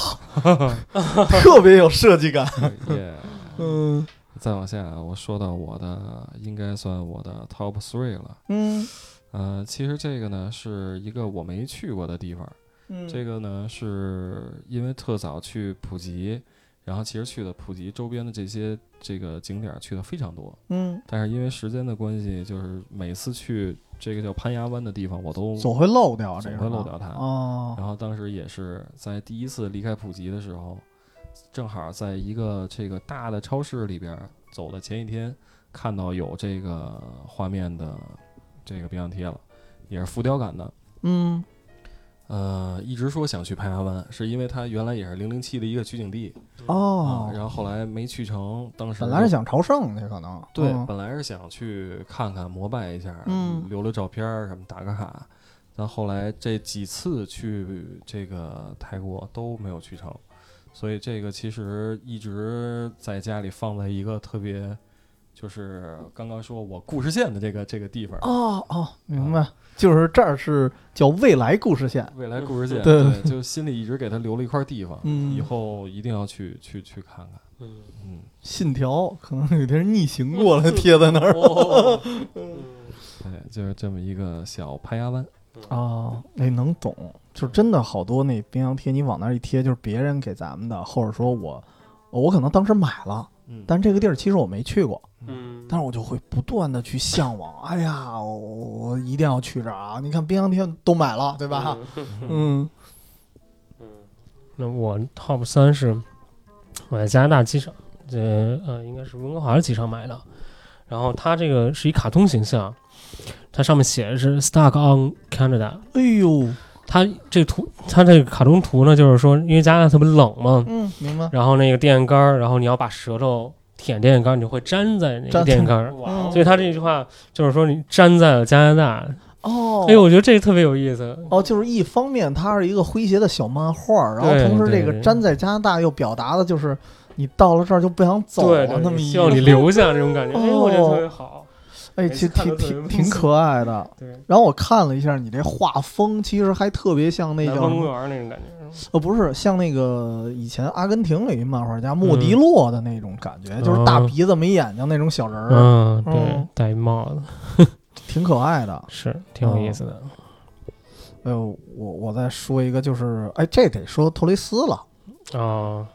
Speaker 1: 特别有设计感。
Speaker 2: 也。
Speaker 1: 嗯
Speaker 2: 再往下，我说到我的应该算我的 top three 了。
Speaker 1: 嗯
Speaker 2: 呃，其实这个呢是一个我没去过的地方，
Speaker 1: 嗯，
Speaker 2: 这个呢是因为特早去普吉，然后其实去的普吉周边的这些这个景点儿去的非常多，
Speaker 1: 嗯
Speaker 2: 但是因为时间的关系，就是每次去这个叫攀崖湾的地方，我都
Speaker 1: 总会漏掉这
Speaker 2: 总
Speaker 1: 个，
Speaker 2: 会漏掉它。
Speaker 1: 哦，
Speaker 2: 然后当时也是在第一次离开普吉的时候，正好在一个这个大的超市里边儿走的前一天，看到有这个画面的这个冰箱贴了，也是浮雕感的。
Speaker 1: 嗯
Speaker 2: 呃，一直说想去拍崖湾，是因为它原来也是零零七的一个取景地啊、
Speaker 1: 哦，
Speaker 2: 然后后来没去成。当时
Speaker 1: 本来是
Speaker 2: 就
Speaker 1: 想朝圣去，可能
Speaker 2: 对，
Speaker 1: 嗯
Speaker 2: 本来是想去看看膜拜一下，
Speaker 1: 嗯
Speaker 2: 留留照片儿什么打个卡，但后来这几次去这个泰国都没有去成，所以这个其实一直在家里放在一个特别，就是刚刚说我故事线的这个这个地方，
Speaker 1: 哦哦，明白，就是这儿是叫未来故事线，
Speaker 2: 未来故事线，
Speaker 1: 对
Speaker 2: 对，就心里一直给他留了一块地方，
Speaker 1: 嗯
Speaker 2: 以后一定要去去去看看，
Speaker 4: 嗯，
Speaker 2: 嗯，
Speaker 1: 信条可能有点逆行过
Speaker 2: *laughs*
Speaker 1: 来贴在那儿
Speaker 4: 哦，
Speaker 2: 对，哎就是这么一个小拍崖湾。
Speaker 1: 哦，那能懂，就真的好多那冰箱贴，你往那儿一贴，就是别人给咱们的，或者说我我可能当时买了，
Speaker 2: 嗯
Speaker 1: 但这个地儿其实我没去过，
Speaker 4: 嗯，
Speaker 1: 但是我就会不断的去向往。哎呀，我我一定要去这儿啊！你看冰箱贴都买了，对吧？嗯
Speaker 4: 那我 top 三是我在加拿大机场，这呃应该是温哥华的机场买的。然后它这个是一卡通形象，它上面写的是 “Stuck on Canada”。
Speaker 1: 哎呦，
Speaker 4: 它这图，它这个卡通图呢，就是说，因为加拿大特别冷嘛，
Speaker 1: 嗯，明 *laughs* 白。
Speaker 4: 然后那个电线杆儿，然后你要把舌头舔电线杆儿，你就会粘在那
Speaker 1: 粘
Speaker 4: 个电线杆儿。
Speaker 1: 嗯
Speaker 4: 所以它这句话就是说，你粘在了加拿大。
Speaker 1: 哦，
Speaker 4: 哎呦，我觉得这个特别有意思。
Speaker 1: 哦，就是一方面它是一个诙谐的小漫画，然后
Speaker 4: 对
Speaker 1: 同时这个
Speaker 4: 对
Speaker 1: 粘在加拿大又表达的就是你到了这儿就不想走
Speaker 4: 对
Speaker 1: 了
Speaker 4: 对，
Speaker 1: 那么一
Speaker 4: 希望你
Speaker 1: 个
Speaker 4: 留下那种感觉。哎，我觉得
Speaker 1: 哦
Speaker 4: 特别好。
Speaker 1: 哎，
Speaker 4: 每
Speaker 1: 其实
Speaker 4: 次看
Speaker 1: 挺
Speaker 4: 都特别
Speaker 1: 挺挺可爱的。
Speaker 4: 对，
Speaker 1: 然后我看了一下你这画风，其实还特别像那
Speaker 4: 南
Speaker 1: 叫
Speaker 4: 方
Speaker 1: 什
Speaker 4: 公
Speaker 1: 么
Speaker 4: 园儿那种感觉。
Speaker 1: 呃，不是像那个以前阿根廷里一漫画家莫迪洛的那种感觉，就是大
Speaker 4: 嗯
Speaker 1: 鼻子没眼睛那种小人儿，
Speaker 4: 嗯，
Speaker 1: 嗯
Speaker 4: 对，戴一帽子
Speaker 1: 挺可爱的。
Speaker 4: 是挺有意思的。
Speaker 1: 哎呦，我我再说一个，就是哎，这得说托雷斯了。
Speaker 4: 哦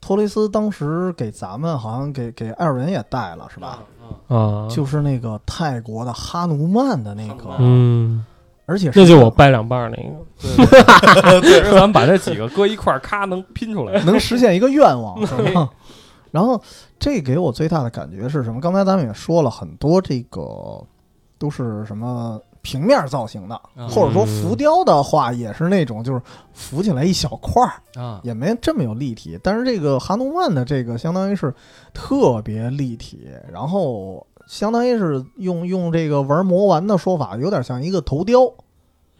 Speaker 1: 托雷斯当时给咱们好像给给艾尔文也带了是吧？
Speaker 4: 啊，
Speaker 1: 就是那个泰国的哈努曼的那个，
Speaker 4: 嗯，
Speaker 1: 而且是
Speaker 4: 那就我掰两半儿那个。
Speaker 2: *laughs* 对，咱们把这几个搁一块儿，咔能拼出来。
Speaker 1: 能实现一个愿望，是吧？然后这给我最大的感觉是什么？刚才咱们也说了很多，这个都是什么平面造型的，
Speaker 2: 嗯
Speaker 1: 或者说浮雕的话，也是那种就是浮起来一小块儿，
Speaker 2: *laughs* 啊，
Speaker 1: 也没这么有立体。但是这个哈努曼的这个相当于是特别立体，然后相当于是用用这个玩魔丸的说法，有点像一个头雕。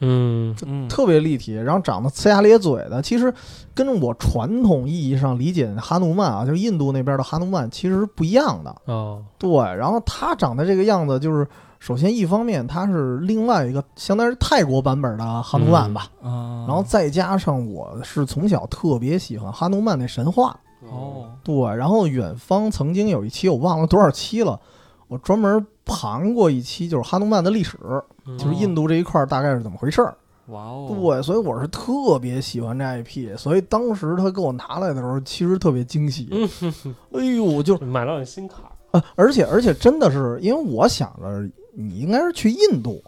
Speaker 4: 嗯
Speaker 2: 嗯，
Speaker 1: 特别立体，然后长得呲牙咧嘴的。其实跟我传统意义上理解的哈努曼啊，就是印度那边的哈努曼，其实是不一样的。
Speaker 4: 哦
Speaker 1: 对，然后他长得这个样子，就是首先一方面他是另外一个相当于是泰国版本的哈努曼吧，
Speaker 2: 啊，
Speaker 1: 然后再加上我是从小特别喜欢哈努曼那神话，
Speaker 2: 哦，
Speaker 1: 对，然后远方曾经有一期我忘了多少期了，我专门盘过一期就是哈努曼的历史，
Speaker 4: 嗯
Speaker 1: 就是印度这一块儿大概是怎么回事儿。
Speaker 2: 哇哦，
Speaker 1: 对，所以我是特别喜欢这 IP，所以当时他给我拿来的时候，其实特别惊喜。
Speaker 4: 嗯
Speaker 1: *laughs* 哎呦，就
Speaker 4: 买到你新卡儿。
Speaker 1: 啊，而且而且真的是，因为我想着你应该是去印度，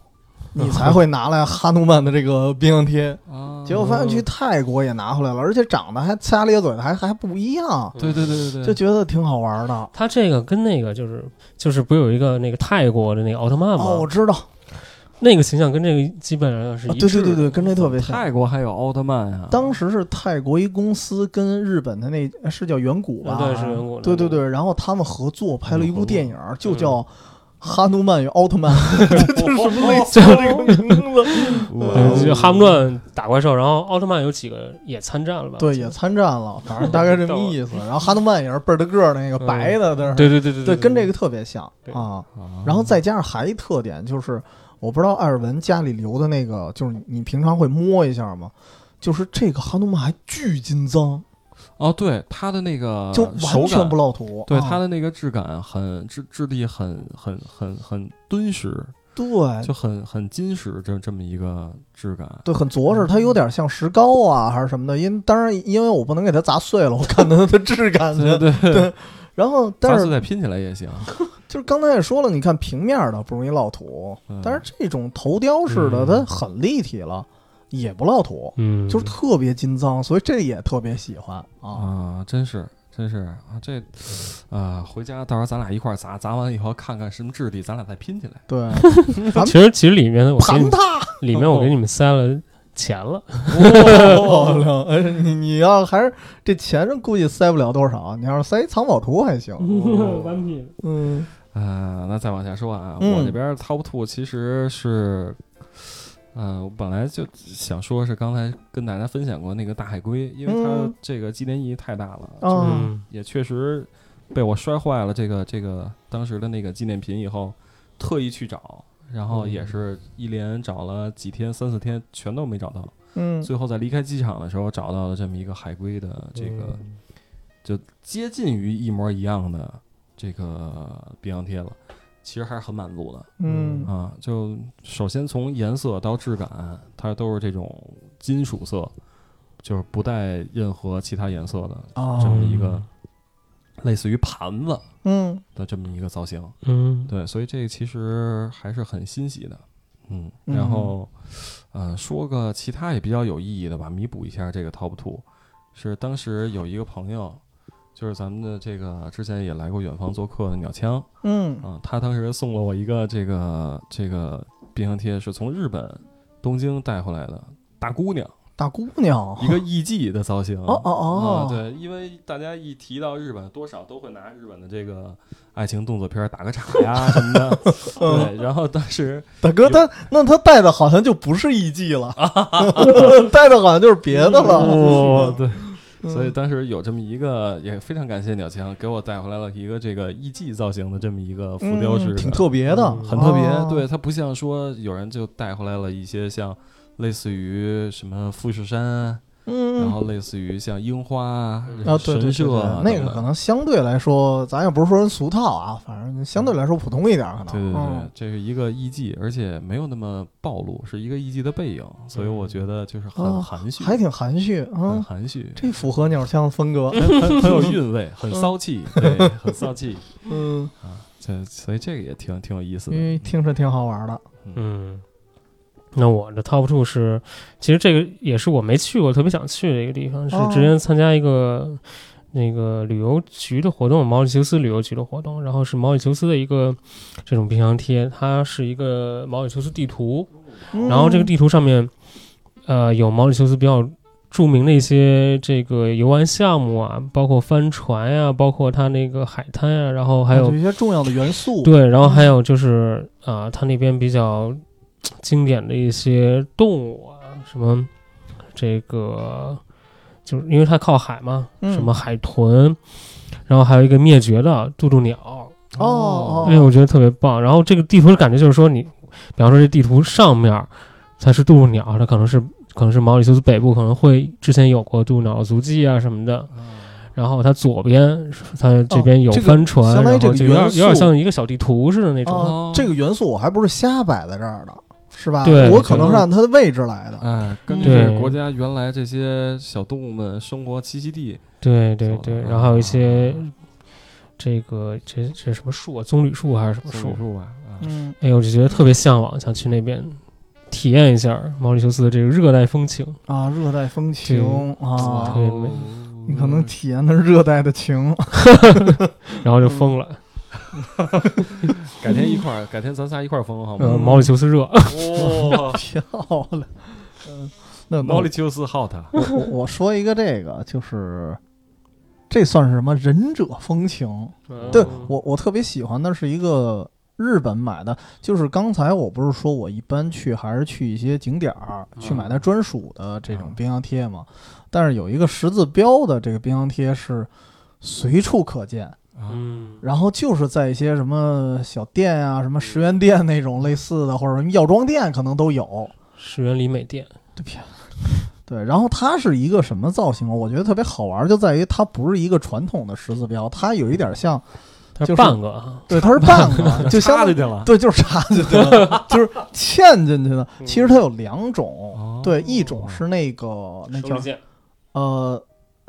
Speaker 1: 你才会拿来哈努曼的这个冰箱贴。
Speaker 2: 啊
Speaker 4: 嗯
Speaker 1: *laughs* 结果发现去泰国也拿回来了，而且长得还呲咧嘴的，还还不一样，
Speaker 2: 对对对对
Speaker 4: 嗯
Speaker 1: 就
Speaker 2: 对，
Speaker 1: 觉得挺好玩的。
Speaker 4: 它这个跟那个就是就是不是有一个那个泰国的那个奥特曼吗？
Speaker 1: 哦，我知道，
Speaker 4: 那个形象跟这个基本上是
Speaker 1: 啊
Speaker 4: 一
Speaker 1: 对
Speaker 4: 致
Speaker 1: 对
Speaker 4: 的。
Speaker 1: 对对，跟这特别像。
Speaker 2: 泰国还有奥特曼啊
Speaker 4: 啊
Speaker 2: 呀、
Speaker 1: 当时是泰国一公司跟日本的那呃是叫远古吧？
Speaker 4: 啊对是远古的嗯
Speaker 1: 对对对，然后他们合作拍了一部电影，就叫《哈努曼与奥特曼》，
Speaker 4: *laughs*
Speaker 1: 这就是什么类似的这个名字？
Speaker 2: 哇
Speaker 4: 对，就
Speaker 2: 哦
Speaker 4: 哈姆乱打怪兽，然后奥特曼有几个也参战了吧？
Speaker 1: 对，也参战
Speaker 4: *laughs*
Speaker 1: 了，反正大概这么意思。然后哈努曼也是倍儿大个儿那个
Speaker 4: 嗯
Speaker 1: 白的，但是
Speaker 4: 对对对对
Speaker 1: 对，跟这个特别像
Speaker 4: 对
Speaker 1: 啊。
Speaker 2: 啊
Speaker 1: 然后再加上还一特点就是，我不知道艾尔文家里留的那个，就是你平常会摸一下吗？就是这个哈努曼还巨金脏，
Speaker 4: 啊
Speaker 2: 哦，对他的那个
Speaker 1: 就
Speaker 2: 手
Speaker 1: 完
Speaker 2: 感
Speaker 1: 全不落土。
Speaker 2: 对
Speaker 1: 啊
Speaker 2: 它的那个质感很质质地很很很很敦实，
Speaker 1: 对
Speaker 2: 就很很金实这这么一个质感。
Speaker 1: 对，很着实，它有点像石膏啊，还是什么的。因当然，因为我不能给它砸碎了，我看它的质感去。
Speaker 2: 对对对，
Speaker 1: 然后，
Speaker 2: 杂
Speaker 1: 但
Speaker 2: 碎
Speaker 1: 是
Speaker 2: 再拼起来也行。
Speaker 1: 就是刚才也说了，你看平面的不容易落土， *laughs*
Speaker 2: 嗯
Speaker 1: 但是这种头雕式的，
Speaker 4: 嗯
Speaker 1: 它很立体了，也不落土，
Speaker 4: 嗯，
Speaker 1: 就是特别金脏，所以这也特别喜欢啊。
Speaker 2: 啊，真是真是啊，这啊，回家到时候咱俩一块儿砸，砸完以后看看什么质地，咱俩再拼起来。
Speaker 1: 对，
Speaker 4: 其实其实里面我给
Speaker 1: 盘
Speaker 4: 你
Speaker 1: 它，
Speaker 4: 里面我给你们塞了钱了，
Speaker 1: 漂亮！哎，你你要还是这钱估计塞不了多少，你要是塞一藏宝图还行。 *laughs*
Speaker 4: 完品。
Speaker 1: 嗯，
Speaker 2: 啊，那再往下说啊，
Speaker 1: 嗯
Speaker 2: 我这边 top two 其实是。呃，我本来就想说是刚才跟大家分享过那个大海龟，因为它
Speaker 1: 嗯
Speaker 2: 这个纪念意义太大了，
Speaker 1: 啊，
Speaker 4: 嗯，
Speaker 2: 也确实被我摔坏了这个这个当时的那个纪念品以后，特意去找，然后
Speaker 1: 嗯
Speaker 2: 也是一连找了几天三四天，全都没找到，
Speaker 1: 嗯，
Speaker 2: 最后在离开机场的时候找到了这么一个海龟的这
Speaker 1: 嗯
Speaker 2: 个，就接近于一模一样的这个冰洋贴了。其实还是很满足的
Speaker 1: 嗯，
Speaker 2: 啊！就首先从颜色到质感，它都是这种金属色，就是不带任何其他颜色的
Speaker 1: 啊
Speaker 2: 这么一个类似于盘子
Speaker 1: 嗯，
Speaker 2: 的这么一个造型。
Speaker 4: 嗯，
Speaker 2: 对，所以这个其实还是很欣喜的。嗯，
Speaker 1: 嗯
Speaker 2: 然后，呃，说个其他也比较有意义的吧，弥补一下这个 top two。是当时有一个朋友，就是咱们的这个之前也来过远方做客的鸟枪
Speaker 1: 嗯
Speaker 2: 啊、，他当时送了我一个这个这个冰箱贴，是从日本东京带回来的大姑娘，
Speaker 1: 大姑娘， *laughs*
Speaker 2: 一个艺妓的造型。
Speaker 1: 哦哦哦
Speaker 2: 啊，对，因为大家一提到日本，多少都会拿日本的这个爱情动作片儿打个岔
Speaker 1: *laughs*
Speaker 2: 呀什么的。
Speaker 1: 嗯
Speaker 2: 对，然后当时
Speaker 1: 大哥他那他带的好像就不是艺妓了， *laughs* 带的好像就是别的
Speaker 4: 嗯
Speaker 1: 了。
Speaker 2: 哦，对，
Speaker 1: 嗯
Speaker 2: 所以当时有这么一个，也非常感谢鸟枪给我带回来了一个这个艺妓造型的这么一个浮雕式的，
Speaker 1: 嗯挺特别的，
Speaker 4: 嗯
Speaker 2: 很特别。
Speaker 1: 哦
Speaker 2: 对，它不像说有人就带回来了一些像类似于什么富士山，啊然
Speaker 1: 嗯。
Speaker 2: 后类似于像樱花啊、
Speaker 1: 啊，对对对
Speaker 2: 神社
Speaker 1: 对
Speaker 2: 啊
Speaker 1: 那个
Speaker 2: 等等
Speaker 1: 可能相对来说，咱也不是说人俗套啊，反正相对来说普通一点，可能。
Speaker 2: 对对对，
Speaker 1: 嗯
Speaker 2: 这是一个艺妓，而且没有那么暴露，是一个艺妓的背影，所以我觉得就是
Speaker 1: 哦
Speaker 2: 很含蓄，
Speaker 1: 还挺含蓄
Speaker 2: 很
Speaker 1: 啊，
Speaker 2: 含
Speaker 1: *laughs*
Speaker 2: 蓄，
Speaker 1: 这符合鸟枪风格。
Speaker 2: 很很很有韵味，很
Speaker 1: *laughs*
Speaker 2: 骚气，对，很骚气
Speaker 1: 嗯，
Speaker 2: 啊。这所以这个也挺挺有意思
Speaker 1: 因
Speaker 2: 的。
Speaker 1: 为听着挺好玩的。
Speaker 4: 嗯，那我的 top two 是，其实这个也是我没去过，特别想去的一个地方，是
Speaker 1: 哦
Speaker 4: 之前参加一个那个旅游局的活动，毛里求斯旅游局的活动，然后是毛里求斯的一个这种冰箱贴，它是一个毛里求斯地图，
Speaker 1: 哦
Speaker 4: 然后这个地图上面，呃，有毛里求斯比较著名的一些这个游玩项目啊，包括帆船呀、包括它那个海滩呀、然后还有
Speaker 1: 嗯一些重要的元素。
Speaker 4: 对，然后还有就是啊、呃它那边比较经典的一些动物啊，什么这个，就是因为它靠海嘛，
Speaker 1: 嗯
Speaker 4: 什么海豚，然后还有一个灭绝的渡渡鸟，
Speaker 1: 哦哦，
Speaker 4: 哎，我觉得特别棒。然后这个地图的感觉就是说你，比方说这地图上面儿它是渡渡鸟，它可能是可能是毛里求斯北部可能会之前有过渡渡鸟的足迹啊什么的。然后它左边，它这边有
Speaker 1: 哦这个
Speaker 4: 帆船，
Speaker 1: 相当于
Speaker 4: 然
Speaker 1: 这
Speaker 4: 后
Speaker 1: 个
Speaker 4: 就有点
Speaker 1: 元
Speaker 4: 有点
Speaker 1: 素
Speaker 4: 像一个小地图似的那种。
Speaker 1: 哦这个元素我还不是瞎摆在这儿的，是吧？
Speaker 4: 对
Speaker 1: 我可能是按它的位置来的。
Speaker 2: 哎，根据
Speaker 4: 对
Speaker 2: 国家原来这些小动物们生活栖息地，
Speaker 4: 对对
Speaker 2: 走
Speaker 4: 对，
Speaker 2: 的
Speaker 4: 然后还有一些这个这这什么树啊，棕榈树还是什么
Speaker 2: 松
Speaker 4: 树
Speaker 2: 鼠？树吧，啊
Speaker 1: 嗯，
Speaker 4: 哎，我就觉得特别向往，想去那边体验一下毛里求斯的这个热带风情。
Speaker 1: 啊，热带风情
Speaker 2: 哦
Speaker 1: 啊，
Speaker 4: 对没
Speaker 1: 你可能
Speaker 2: 嗯
Speaker 1: 体验的是热带的情， *laughs*
Speaker 4: 然后就疯了，
Speaker 2: 改天一块儿， *laughs* 改天咱仨一块儿疯好
Speaker 4: 呃，
Speaker 2: 吗？
Speaker 4: 毛里求斯热，
Speaker 2: 哇，
Speaker 1: *laughs* 漂亮。嗯，那那
Speaker 2: 毛
Speaker 1: 我
Speaker 2: 里求斯 hot，
Speaker 1: 我我说一个这个，就是这算是什么忍者风情？对
Speaker 4: 嗯
Speaker 1: 我我特别喜欢的是一个日本买的，就是刚才我不是说我一般去还是去一些景点儿去买它专属的这种冰箱贴嘛，但是有一个十字标的这个冰箱贴是随处可见，
Speaker 4: 嗯，
Speaker 1: 然后就是在一些什么小店啊、什么十元店那种类似的，或者什么药妆店可能都有。
Speaker 4: 十元里美店，
Speaker 1: 对偏。对，然后它是一个什么造型啊？我觉得特别好玩，就在于它不是一个传统的十字标，它有一点像，
Speaker 4: 它
Speaker 1: 就是
Speaker 4: 是半个啊，
Speaker 1: 对，它是
Speaker 2: *laughs*
Speaker 1: 半个，就相当
Speaker 2: 插进
Speaker 1: 于
Speaker 2: 去了。
Speaker 1: 对，就是插进去
Speaker 2: *laughs*
Speaker 1: 的，就是嵌进去的。其实它有两种，
Speaker 2: 嗯哦
Speaker 1: 对，一种是那个那叫
Speaker 4: 剑
Speaker 1: 呃，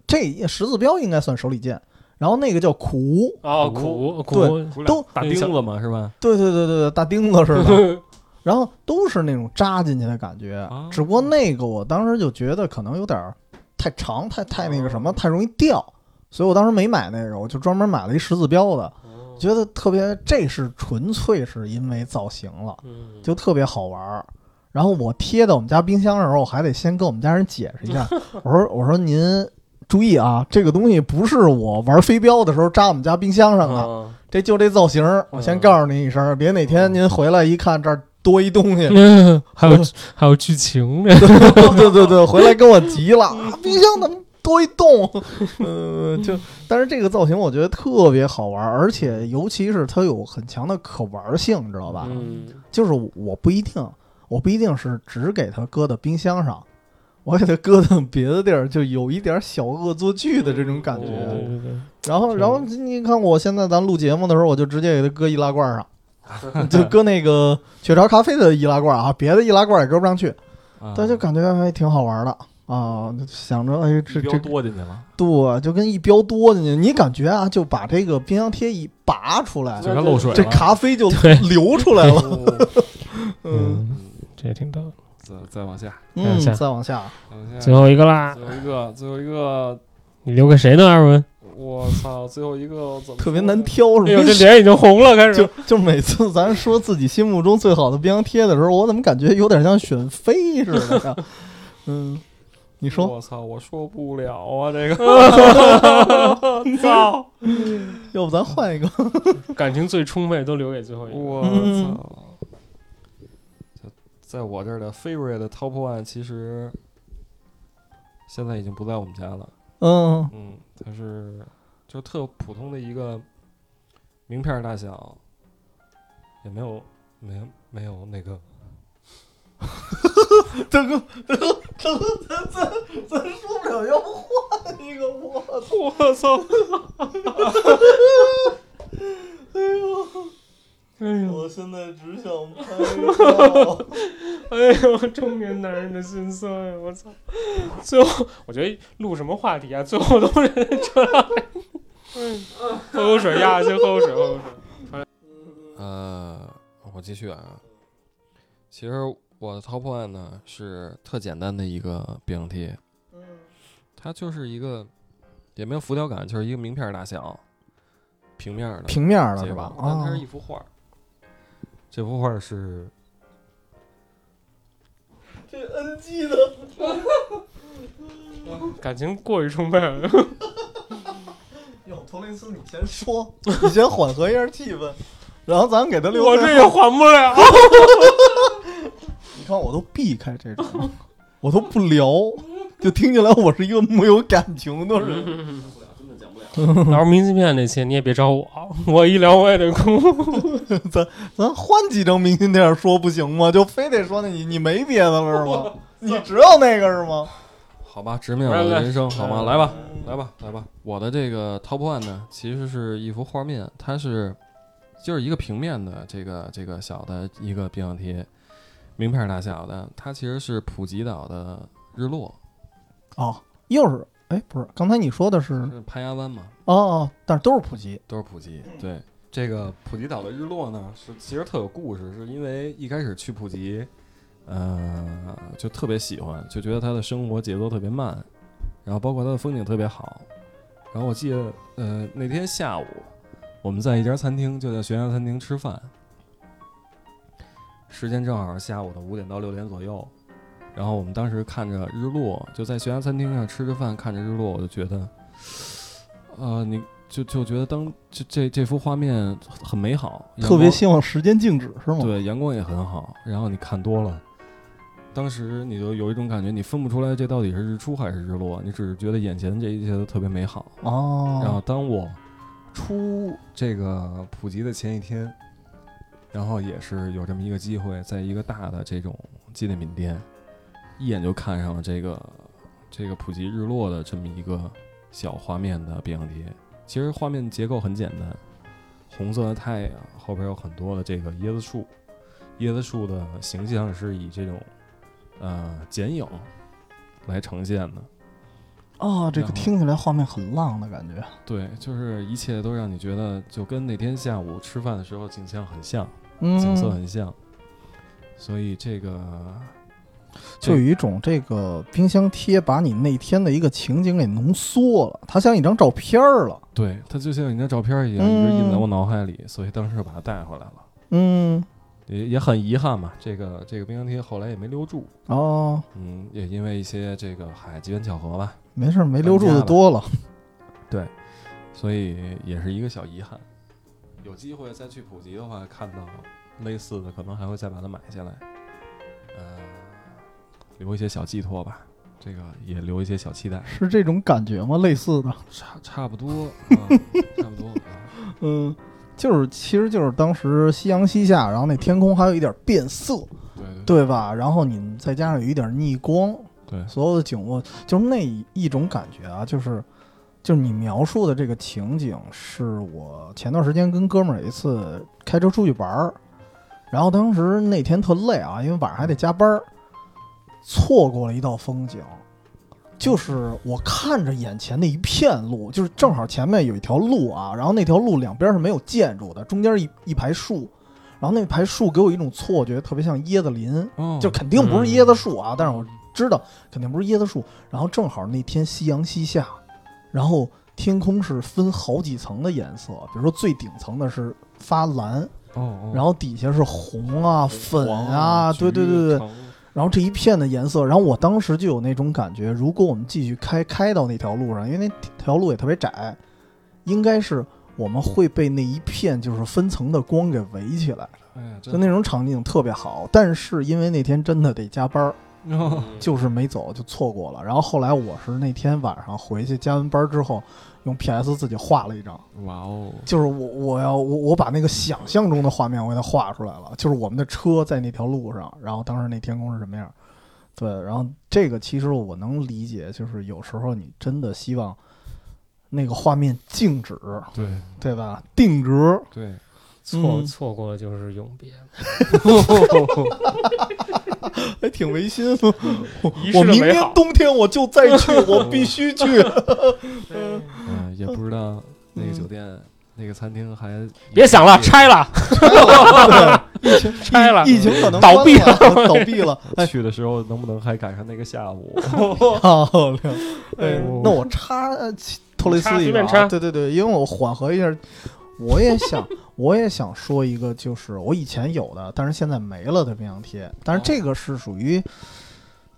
Speaker 1: 这十字标应该算手里剑，然后那个叫苦，
Speaker 4: 啊，
Speaker 2: 苦
Speaker 4: 苦
Speaker 1: 对
Speaker 4: 苦
Speaker 1: 都
Speaker 2: 大钉子嘛，是吧？
Speaker 1: 对对对对对，大钉子似的，然后都是那种扎进去的感觉
Speaker 2: 哦，
Speaker 1: 只不过那个我当时就觉得可能有点儿太长，太太那个什么，太容易掉，所以我当时没买那个，我就专门买了一十字标的，觉得特别，这是纯粹是因为造型了，
Speaker 4: 嗯
Speaker 1: 就特别好玩儿。然后我贴到我们家冰箱的时候，我还得先跟我们家人解释一下，我说我说您注意啊，这个东西不是我玩飞镖的时候扎我们家冰箱上的，
Speaker 4: 啊
Speaker 1: 这就这造型儿，我先告诉您一声儿，别哪天您回来一看这儿多一东
Speaker 4: *laughs*
Speaker 1: 西， *laughs*
Speaker 4: 嗯 *laughs* 还有还有剧情呢，
Speaker 1: 对对对，回来跟我急了，啊冰箱怎么多一洞？呃，就但是这个造型我觉得特别好玩儿，而且尤其是它有很强的可玩儿性，知道吧？
Speaker 4: 嗯，
Speaker 1: 就是我不一定，我不一定是只给它搁到冰箱上，我给它搁到别的地儿，就有一点小恶作剧的这种感觉。
Speaker 4: 对对对对，
Speaker 1: 然后，
Speaker 4: 是
Speaker 1: 然后你看我现在咱录节目的时候，我就直接给它搁易拉罐上，
Speaker 4: *laughs*
Speaker 1: 就搁那个雀巢咖啡的易拉罐啊，别的易拉罐也搁不上去，
Speaker 4: 嗯
Speaker 2: 啊
Speaker 1: 但就感觉还挺好玩的啊。想着哎，这
Speaker 2: 一标
Speaker 1: 这
Speaker 2: 多进去了，
Speaker 1: 对，就跟一标多进去，你感觉啊，就把这个冰箱贴一拔出来，
Speaker 2: 嘴边漏水了。
Speaker 1: 这咖啡就
Speaker 4: 对
Speaker 1: 流出来了。嗯
Speaker 4: *laughs* 嗯，这也挺逗。
Speaker 2: 再再往下，
Speaker 1: 嗯，
Speaker 4: 下
Speaker 1: 再往下，
Speaker 2: 再往
Speaker 4: 最
Speaker 2: 下，
Speaker 4: 后一个啦
Speaker 2: 最，后一个，最后一个，
Speaker 4: 你留给谁呢？二文，
Speaker 2: 我操，最后一个怎么
Speaker 1: 特别难挑，是吧？
Speaker 4: 哎 *laughs* 呦，这脸已经红了，开
Speaker 1: 就
Speaker 4: 始。
Speaker 1: 就每次咱说自己心目中最好的冰箱贴的时候，我怎么感觉有点像选妃似的 *laughs* 呀？嗯，你
Speaker 2: 你
Speaker 1: 说
Speaker 2: 我操，我说不了啊，这个。
Speaker 4: 操，
Speaker 1: 要不咱换 *laughs* 一个？
Speaker 4: 感情最充沛都留给最后一个。
Speaker 2: 我
Speaker 1: 嗯
Speaker 2: 操！就在我这儿的 favorite top one 其实现在已经不在我们家了。
Speaker 1: 嗯
Speaker 2: 嗯，它是就特普通的一个名片儿大小，也没有没有没有那个
Speaker 1: 大哥，大哥，大哥，咱咱咱说不了，要不换一个？我操！
Speaker 4: 我操！
Speaker 1: 哎呦，
Speaker 4: 哎呦，
Speaker 1: 我现在只想拍照。
Speaker 4: 哎呦，中年男人的心酸呀！我操！最后，我觉得录什么话题啊，最后都是这样。哎喝口水呀，先喝口水，喝口水。
Speaker 2: 呃，我继续啊。其实我的 top one 呢是特简单的一个冰箱贴，它就是一个也没有浮雕感，就是一个名片儿大小，平面儿
Speaker 1: *laughs*
Speaker 2: 的
Speaker 1: 平面了
Speaker 2: 结
Speaker 1: 是
Speaker 2: 构
Speaker 1: 吧？
Speaker 2: 但
Speaker 1: 啊
Speaker 2: 它是，一幅画儿。这幅画儿是
Speaker 1: 这 NG 的，
Speaker 4: 感情过于充沛了。
Speaker 1: 哟，托雷斯，你先 *laughs* 说，你先缓和一下气氛，然后咱们给他留。
Speaker 4: 我这也还
Speaker 1: *laughs*
Speaker 4: 不了。
Speaker 1: 你看，我都避开这种，我都不聊，就听起来我是一个没有感情的人。
Speaker 2: 嗯
Speaker 4: 老是明信片那些，你也别找我，我一聊我也得哭。
Speaker 1: 咱换几张明信片说不行吗？就非得说那你你没别的了是
Speaker 2: *laughs*
Speaker 1: 吗？你只有那个是吗？
Speaker 2: 好吧，直面我
Speaker 4: 来
Speaker 2: 的
Speaker 4: 来嗯
Speaker 2: 人生，好吗？
Speaker 4: 来
Speaker 2: 来吧，来吧，来吧。我的这个 top one 呢，其实是一幅画面，它是就是一个平面的这个这个小的一个冰箱贴，名片儿大小的，它其实是普吉岛的日落，
Speaker 1: 哦，又是哎，不是，刚才你说的是
Speaker 2: 是攀崖湾嘛，
Speaker 1: 哦哦，但是都是普及
Speaker 2: 都是普吉。对，这个普吉岛的日落呢，是其实特有故事，是因为一开始去普吉，呃，就特别喜欢，就觉得他的生活节奏特别慢，然后包括他的风景特别好。然后我记得，呃，那天下午我们在一家餐厅，就在悬崖餐厅吃饭，时间正好是下午的五点到六点左右。然后我们当时看着日落，就在悬崖餐厅上吃着饭，看着日落，我就觉得，呃，你就就觉得当这这这幅画面很美好，阳
Speaker 1: 特别
Speaker 2: 光
Speaker 1: 希望时间静止是吗？
Speaker 2: 对，阳光也很好。然后你看多了，当时你就有一种感觉，你分不出来这到底是日出还是日落，你只是觉得眼前这一切都特别美好。
Speaker 1: 哦，
Speaker 2: 然后当我出这个普及的前一天，然后也是有这么一个机会，在一个大的这种纪念品店，一眼就看上了这个这个普及日落的这么一个小画面的便利贴。其实画面结构很简单，红色的太阳后边有很多的这个椰子树，椰子树的形象是以这种呃剪影来呈现的。
Speaker 1: 哦，这个
Speaker 2: 然后
Speaker 1: 听起来画面很浪的感觉。
Speaker 2: 对，就是一切都让你觉得就跟那天下午吃饭的时候景象很像，
Speaker 1: 嗯，
Speaker 2: 景色很像，所以这个
Speaker 1: 就有一种这个冰箱贴把你那天的一个情景给浓缩了，它像一张照片儿了。
Speaker 2: 对它就像你那照片一样，一直印在我脑海里，所以当时就把它带回来了，
Speaker 1: 嗯，
Speaker 2: 也也很遗憾嘛。这个这个冰箱贴后来也没留住，
Speaker 1: 哦，
Speaker 2: 嗯，也因为一些这个嗨机缘巧合吧，
Speaker 1: 没事儿，没留住的多了。
Speaker 2: 所以也是一个小遗憾。有机会再去普及的话，看到类似的，可能还会再把它买下来，呃，留一些小寄托吧。这个也留一些小期待，
Speaker 1: 是这种感觉吗？类似的，
Speaker 2: 差差不多，啊，差不多。啊 *laughs*
Speaker 1: 嗯，就是，其实就是当时夕阳西下，然后那天空还有一点变色，
Speaker 2: 对对
Speaker 1: 对吧？然后你再加上有一点逆光，
Speaker 2: 对
Speaker 1: 所有的景物就是那一种感觉啊，就是就是你描述的这个情景，是我前段时间跟哥们儿有一次开车出去玩儿，然后当时那天特累啊，因为晚上还得加班儿，错过了一道风景。就是我看着眼前的一片路，就是正好前面有一条路啊，然后那条路两边是没有建筑的，中间一一排树，然后那排树给我一种错觉，特别像椰子林，
Speaker 2: 哦，嗯
Speaker 1: 就肯定不是椰子树啊，但是我知道肯定不是椰子树。然后正好那天夕阳西下，然后天空是分好几层的颜色，比如说最顶层的是发蓝，
Speaker 2: 哦哦，
Speaker 1: 然后底下是红啊、粉
Speaker 2: 黄
Speaker 1: 啊，对对对对，
Speaker 2: 橙
Speaker 1: 然后这一片的颜色，然后我当时就有那种感觉，如果我们继续开开到那条路上，因为那条路也特别窄，应该是我们会被那一片就是分层的光给围起来，
Speaker 2: 哎呀，
Speaker 1: 就那种场景特别好。但是因为那天真的得加班儿，
Speaker 2: 那 *laughs* 种
Speaker 1: 就是没走就错过了。然后后来我是那天晚上回去加完班之后，用 PS 自己画了一张，
Speaker 2: 哇哦，
Speaker 1: 就是我我要我我把那个想象中的画面我给它画出来了，就是我们的车在那条路上，然后当时那天空是什么样。对，然后这个其实我能理解，就是有时候你真的希望那个画面静止，
Speaker 2: 对
Speaker 1: 对吧？定格，
Speaker 2: 对，
Speaker 4: 错
Speaker 1: 嗯
Speaker 4: 错过了就是永别，
Speaker 2: 哦 *laughs*
Speaker 1: 还哎挺违心。啊
Speaker 4: 一
Speaker 1: 我明年冬天我就再去，我必须去。
Speaker 2: 嗯，也不知道那个酒店那个餐厅还
Speaker 4: 别想了，
Speaker 1: *laughs*
Speaker 4: 拆了，拆了，
Speaker 1: 疫情可能
Speaker 4: 倒闭
Speaker 1: 了，倒闭
Speaker 4: *laughs*
Speaker 1: 了。哎，
Speaker 2: 去的时候能不能还赶上那个下 *laughs* 午？
Speaker 1: 漂亮！哎
Speaker 4: 哎呦，
Speaker 1: 那我插呃托雷斯
Speaker 4: 插
Speaker 1: 一
Speaker 4: 随
Speaker 1: 个
Speaker 4: 便
Speaker 1: 啊，
Speaker 4: 插
Speaker 1: 对对对，因为我缓和一下， *laughs* 我也想，我也想说一个，就是我以前有的，但是现在没了的冰箱贴，但是这个是属于。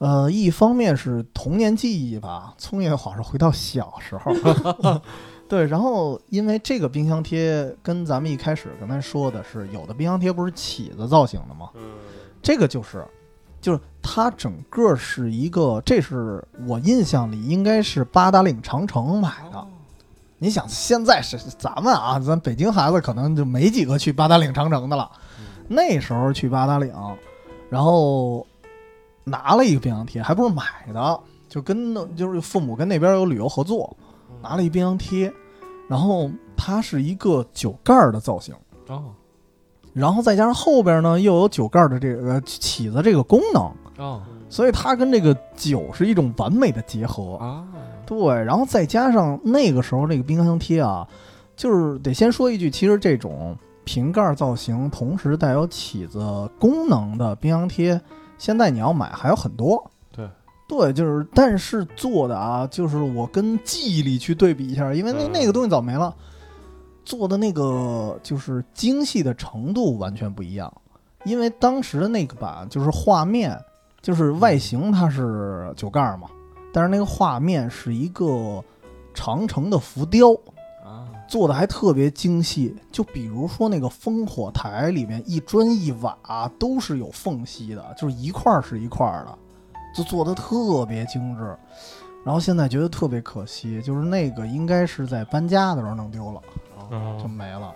Speaker 1: 呃，一方面是童年记忆吧，聪爷好像是回到小时候，
Speaker 4: *laughs*
Speaker 1: 对。然后因为这个冰箱贴跟咱们一开始刚才说的是，有的冰箱贴不是起子造型的吗？这个就是，就是它整个是一个，这是我印象里应该是八达岭长城买的。你想现在是咱们啊，咱北京孩子可能就没几个去八达岭长城的了。那时候去八达岭，然后拿了一个冰箱贴，还不是买的，就跟那就是父母跟那边有旅游合作，拿了一冰箱贴，然后它是一个酒盖儿的造型。
Speaker 2: 哦
Speaker 1: 然后再加上后边呢又有酒盖的这个呃起子这个功能，
Speaker 2: 哦
Speaker 1: 所以它跟这个酒是一种完美的结合。
Speaker 2: 啊，
Speaker 1: 对，然后再加上那个时候那个冰箱贴啊，就是得先说一句，其实这种瓶盖造型同时带有起子功能的冰箱贴，现在你要买还有很多。
Speaker 2: 对，
Speaker 1: 对，就是但是做的啊，就是我跟记忆里去对比一下，因为那、
Speaker 2: 嗯
Speaker 1: 那个东西早没了，做的那个就是精细的程度完全不一样。因为当时的那个版就是画面，就是外形它是酒盖儿嘛，但是那个画面是一个长城的浮雕，
Speaker 3: 啊，
Speaker 1: 做的还特别精细，就比如说那个烽火台里面一砖一瓦都是有缝隙的，就是一块儿是一块儿的，就做的特别精致。然后现在觉得特别可惜，就是那个应该是在搬家的时候弄丢了，就
Speaker 4: 嗯，
Speaker 1: 没了。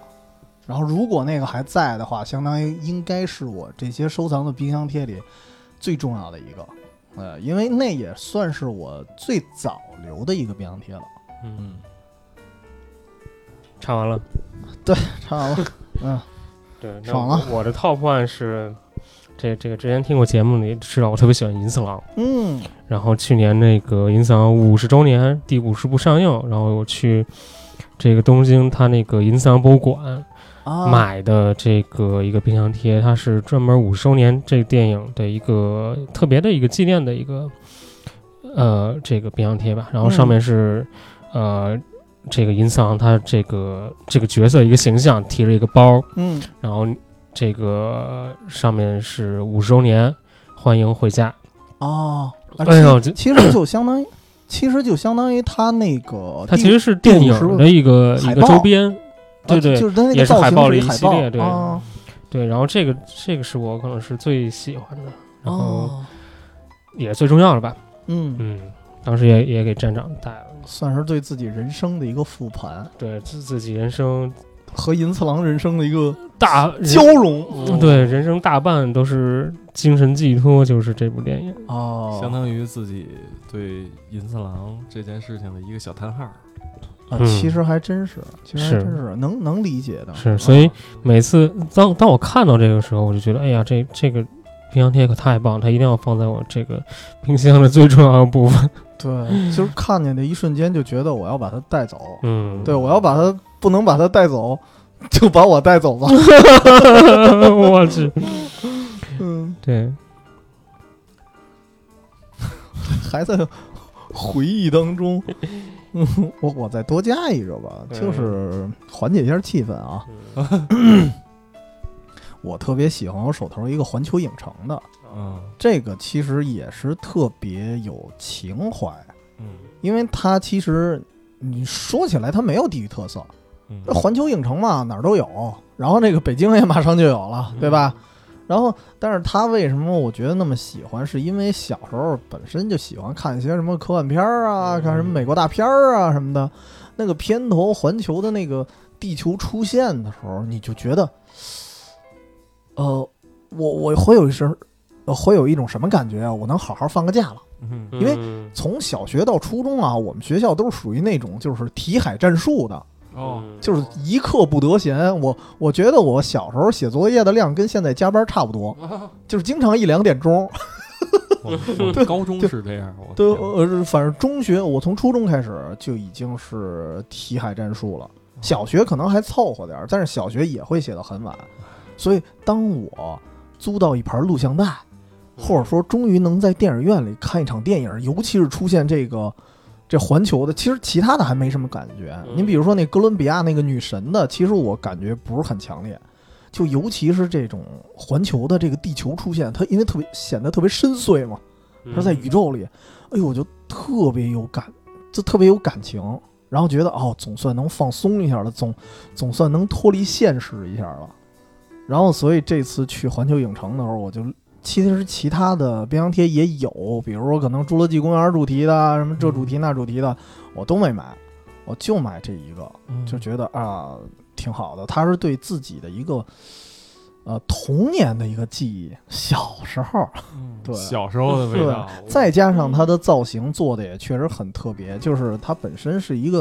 Speaker 1: 然后如果那个还在的话，相当于应该是我这些收藏的冰箱贴里最重要的一个，呃，因为那也算是我最早留的一个冰箱贴了。
Speaker 4: 嗯，唱完了，
Speaker 1: 差完了，嗯。
Speaker 4: 对，那
Speaker 1: 爽了
Speaker 4: 我我的 top one 是这这个之前听过节目里知道我特别喜欢银次郎，
Speaker 1: 嗯，
Speaker 4: 然后去年那个银次郎五十周年第五十部上映，然后我去这个东京他那个银次郎博物馆
Speaker 1: 啊，
Speaker 4: 买的这个一个冰箱贴，它是专门五十周年这个电影的一个特别的一个纪念的一个呃这个冰箱贴吧，然后上面是、呃这
Speaker 1: 嗯
Speaker 4: 个银次郎他这个呃这个角色一个形象提着一个包，
Speaker 1: 嗯，
Speaker 4: 然后这个上面是五十周年，欢迎回家。
Speaker 1: 哦，啊
Speaker 4: 哎呦，这
Speaker 1: 其其实就相当于，其实就相当于他那个
Speaker 4: 它
Speaker 1: 第
Speaker 4: 其实是电影的一个
Speaker 1: 第五十哦
Speaker 4: 一
Speaker 1: 海
Speaker 4: 个
Speaker 1: 报
Speaker 4: 周边，
Speaker 1: 啊
Speaker 4: 对对
Speaker 1: 就是他那个
Speaker 4: 也是
Speaker 1: 造
Speaker 4: 海
Speaker 1: 型
Speaker 4: 报
Speaker 1: 是
Speaker 4: 里
Speaker 1: 一
Speaker 4: 一
Speaker 1: 海
Speaker 4: 系列对
Speaker 1: 啊
Speaker 4: 对。然后这个这个是我可能是最喜欢的，然后
Speaker 1: 哦，
Speaker 4: 也最重要的吧。
Speaker 1: 嗯，
Speaker 4: 嗯，当时也也给站长带了，
Speaker 1: 算是对自己人生的一个复盘
Speaker 4: 对自自己人生
Speaker 1: 和银次郎人生的一个
Speaker 4: 大
Speaker 1: 交
Speaker 4: 人
Speaker 1: 融
Speaker 4: 嗯对人生大半都是精神寄托，就是这部电影。
Speaker 2: 相
Speaker 1: 哦，
Speaker 2: 当于自己对银次郎这件事情的一个小叹号。
Speaker 1: 啊
Speaker 4: 嗯
Speaker 1: 其实还真是，其实还
Speaker 4: 是
Speaker 1: 真是能能理解的，
Speaker 4: 是，所以每次当当我看到这个时候，我就觉得，哎呀，这这个冰箱贴可太棒了，它一定要放在我这个冰箱的最重要的部分。
Speaker 1: 对，就是看见的一瞬间就觉得我要把它带走，
Speaker 4: *laughs* 嗯，
Speaker 1: 对我要把它不能把它带走， *laughs* 就把我带
Speaker 4: *laughs*
Speaker 1: 走吧，
Speaker 4: 我去，
Speaker 1: 嗯，
Speaker 4: 对，
Speaker 1: 还在回忆当中。 *laughs* 嗯，我我再多加一个吧，就是缓解一下气氛啊。我特别喜欢我手头一个环球影城的，
Speaker 2: 嗯
Speaker 1: 这个其实也是特别有情怀，
Speaker 2: 嗯
Speaker 1: 因为它其实你说起来它没有地域特色，
Speaker 2: 嗯
Speaker 1: 那环球影城嘛，哪儿都有，然后那个北京也马上就有了，对吧？然后，但是他为什么我觉得那么喜欢，是因为小时候本身就喜欢看一些什么科幻片儿啊，看什么美国大片儿啊什么的。那个片头环球的那个地球出现的时候，你就觉得，呃，我我会有一身，呃会有一种什么感觉啊？我能好好放个假了。
Speaker 2: 嗯
Speaker 1: 因为
Speaker 4: 为
Speaker 1: 从小学到初中啊，我们学校都是属于那种就是题海战术的，哦
Speaker 2: 哦
Speaker 4: 嗯
Speaker 1: 就是一刻不得闲。我我觉得我小时候写作业的量跟现在加班差不多，就是经常一两点钟。
Speaker 2: 我我高中是这样，我
Speaker 1: 对，
Speaker 2: 天哪
Speaker 1: 呃，反正中学我从初中开始就已经是题海战术了，小学可能还凑合点儿，但是小学也会写到很晚。所以当我租到一盘录像带，或者说终于能在电影院里看一场电影，尤其是出现这个这环球的，其实其他的还没什么感觉。
Speaker 4: 嗯
Speaker 1: 您比如说那哥伦比亚那个女神的，其实我感觉不是很强烈。就尤其是这种环球的这个地球出现，它因为特别显得特别深邃嘛，
Speaker 4: 嗯
Speaker 1: 它在宇宙里，哎呦，我就特别有感，就特别有感情，然后觉得哦，总算能放松一下了，总总算能脱离现实一下了。然后，所以这次去环球影城的时候，我就其实其他的冰箱贴也有，比如说可能《侏罗纪公园》主题的，什么这主题那主题的，我都没买，我就买这一个，就觉得啊挺好的。它是对自己的一个呃童年的一个记忆，小时候
Speaker 4: 嗯
Speaker 1: 对
Speaker 2: 小时候的味道，
Speaker 1: 再加上它的造型做的也确实很特别，就是它本身是一个，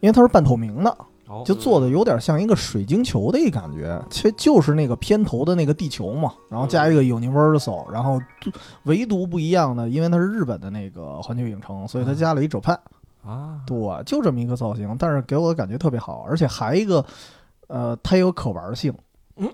Speaker 1: 因为它是半透明的，
Speaker 2: 哦
Speaker 1: 就做的有点像一个水晶球的一感觉，其实就是那个片头的那个地球嘛，然后加一个
Speaker 4: 嗯
Speaker 1: Universal，然后就唯独不一样的，因为它是日本的那个环球影城，所以它
Speaker 4: 嗯
Speaker 1: 加了一肘派，
Speaker 2: 啊，
Speaker 1: 对，就这么一个造型，但是给我的感觉特别好，而且还一个，呃，它有可玩性，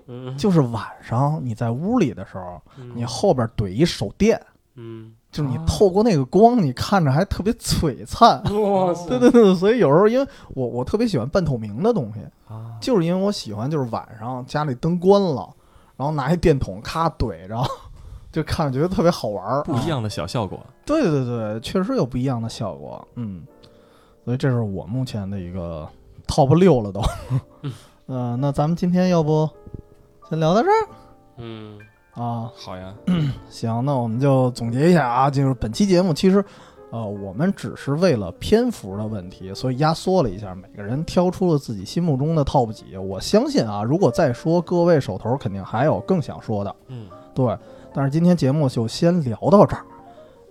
Speaker 4: 嗯，
Speaker 1: 就是晚上你在屋里的时候，
Speaker 4: 嗯
Speaker 1: 你后边怼一手电，
Speaker 4: 嗯，
Speaker 1: 就是你透过那个光，你看着还特别璀璨。 *laughs*
Speaker 4: 哇塞，
Speaker 1: 对对对，所以有时候因为我我特别喜欢半透明的东西，
Speaker 2: 啊，
Speaker 1: 就是因为我喜欢就是晚上家里灯关了，然后拿一电筒咔怼着，就看着觉得特别好玩儿。
Speaker 2: 不一
Speaker 1: 啊
Speaker 2: 样的小效果。
Speaker 1: 对对对，确实有不一样的效果。嗯，所以这是我目前的一个 top 六了都。 *laughs* 嗯、呃，那咱们今天要不先聊到这儿
Speaker 4: 嗯，
Speaker 1: 啊？
Speaker 2: 好呀，
Speaker 1: 行，那我们就总结一下啊，就是本期节目其实，呃，我们只是为了篇幅的问题，所以压缩了一下，每个人挑出了自己心目中的 top 几。我相信啊，如果再说，各位手头肯定还有更想说的，
Speaker 2: 嗯，
Speaker 1: 对。但是今天节目就先聊到这儿。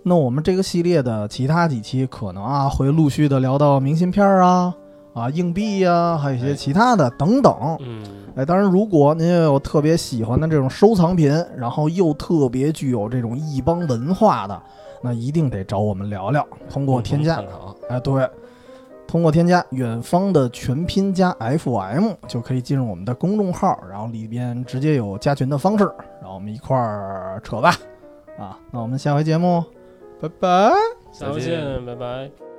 Speaker 1: 那我们这个系列的其他几期可能啊会陆续的聊到明信片儿啊、啊硬币呀、还有一些
Speaker 2: 哎
Speaker 1: 其他的等等。
Speaker 4: 嗯，
Speaker 1: 哎，当然，如果您有特别喜欢的这种收藏品，然后又特别具有这种异邦文化的，那一定得找我们聊聊。通过添加
Speaker 4: 共，同探讨
Speaker 1: 哎，对，通过添加远方的全拼加 FM 就可以进入我们的公众号，然后里边直接有加群的方式，然后我们一块儿扯吧。啊，那我们下回节目，拜拜。
Speaker 4: 下回见，拜拜。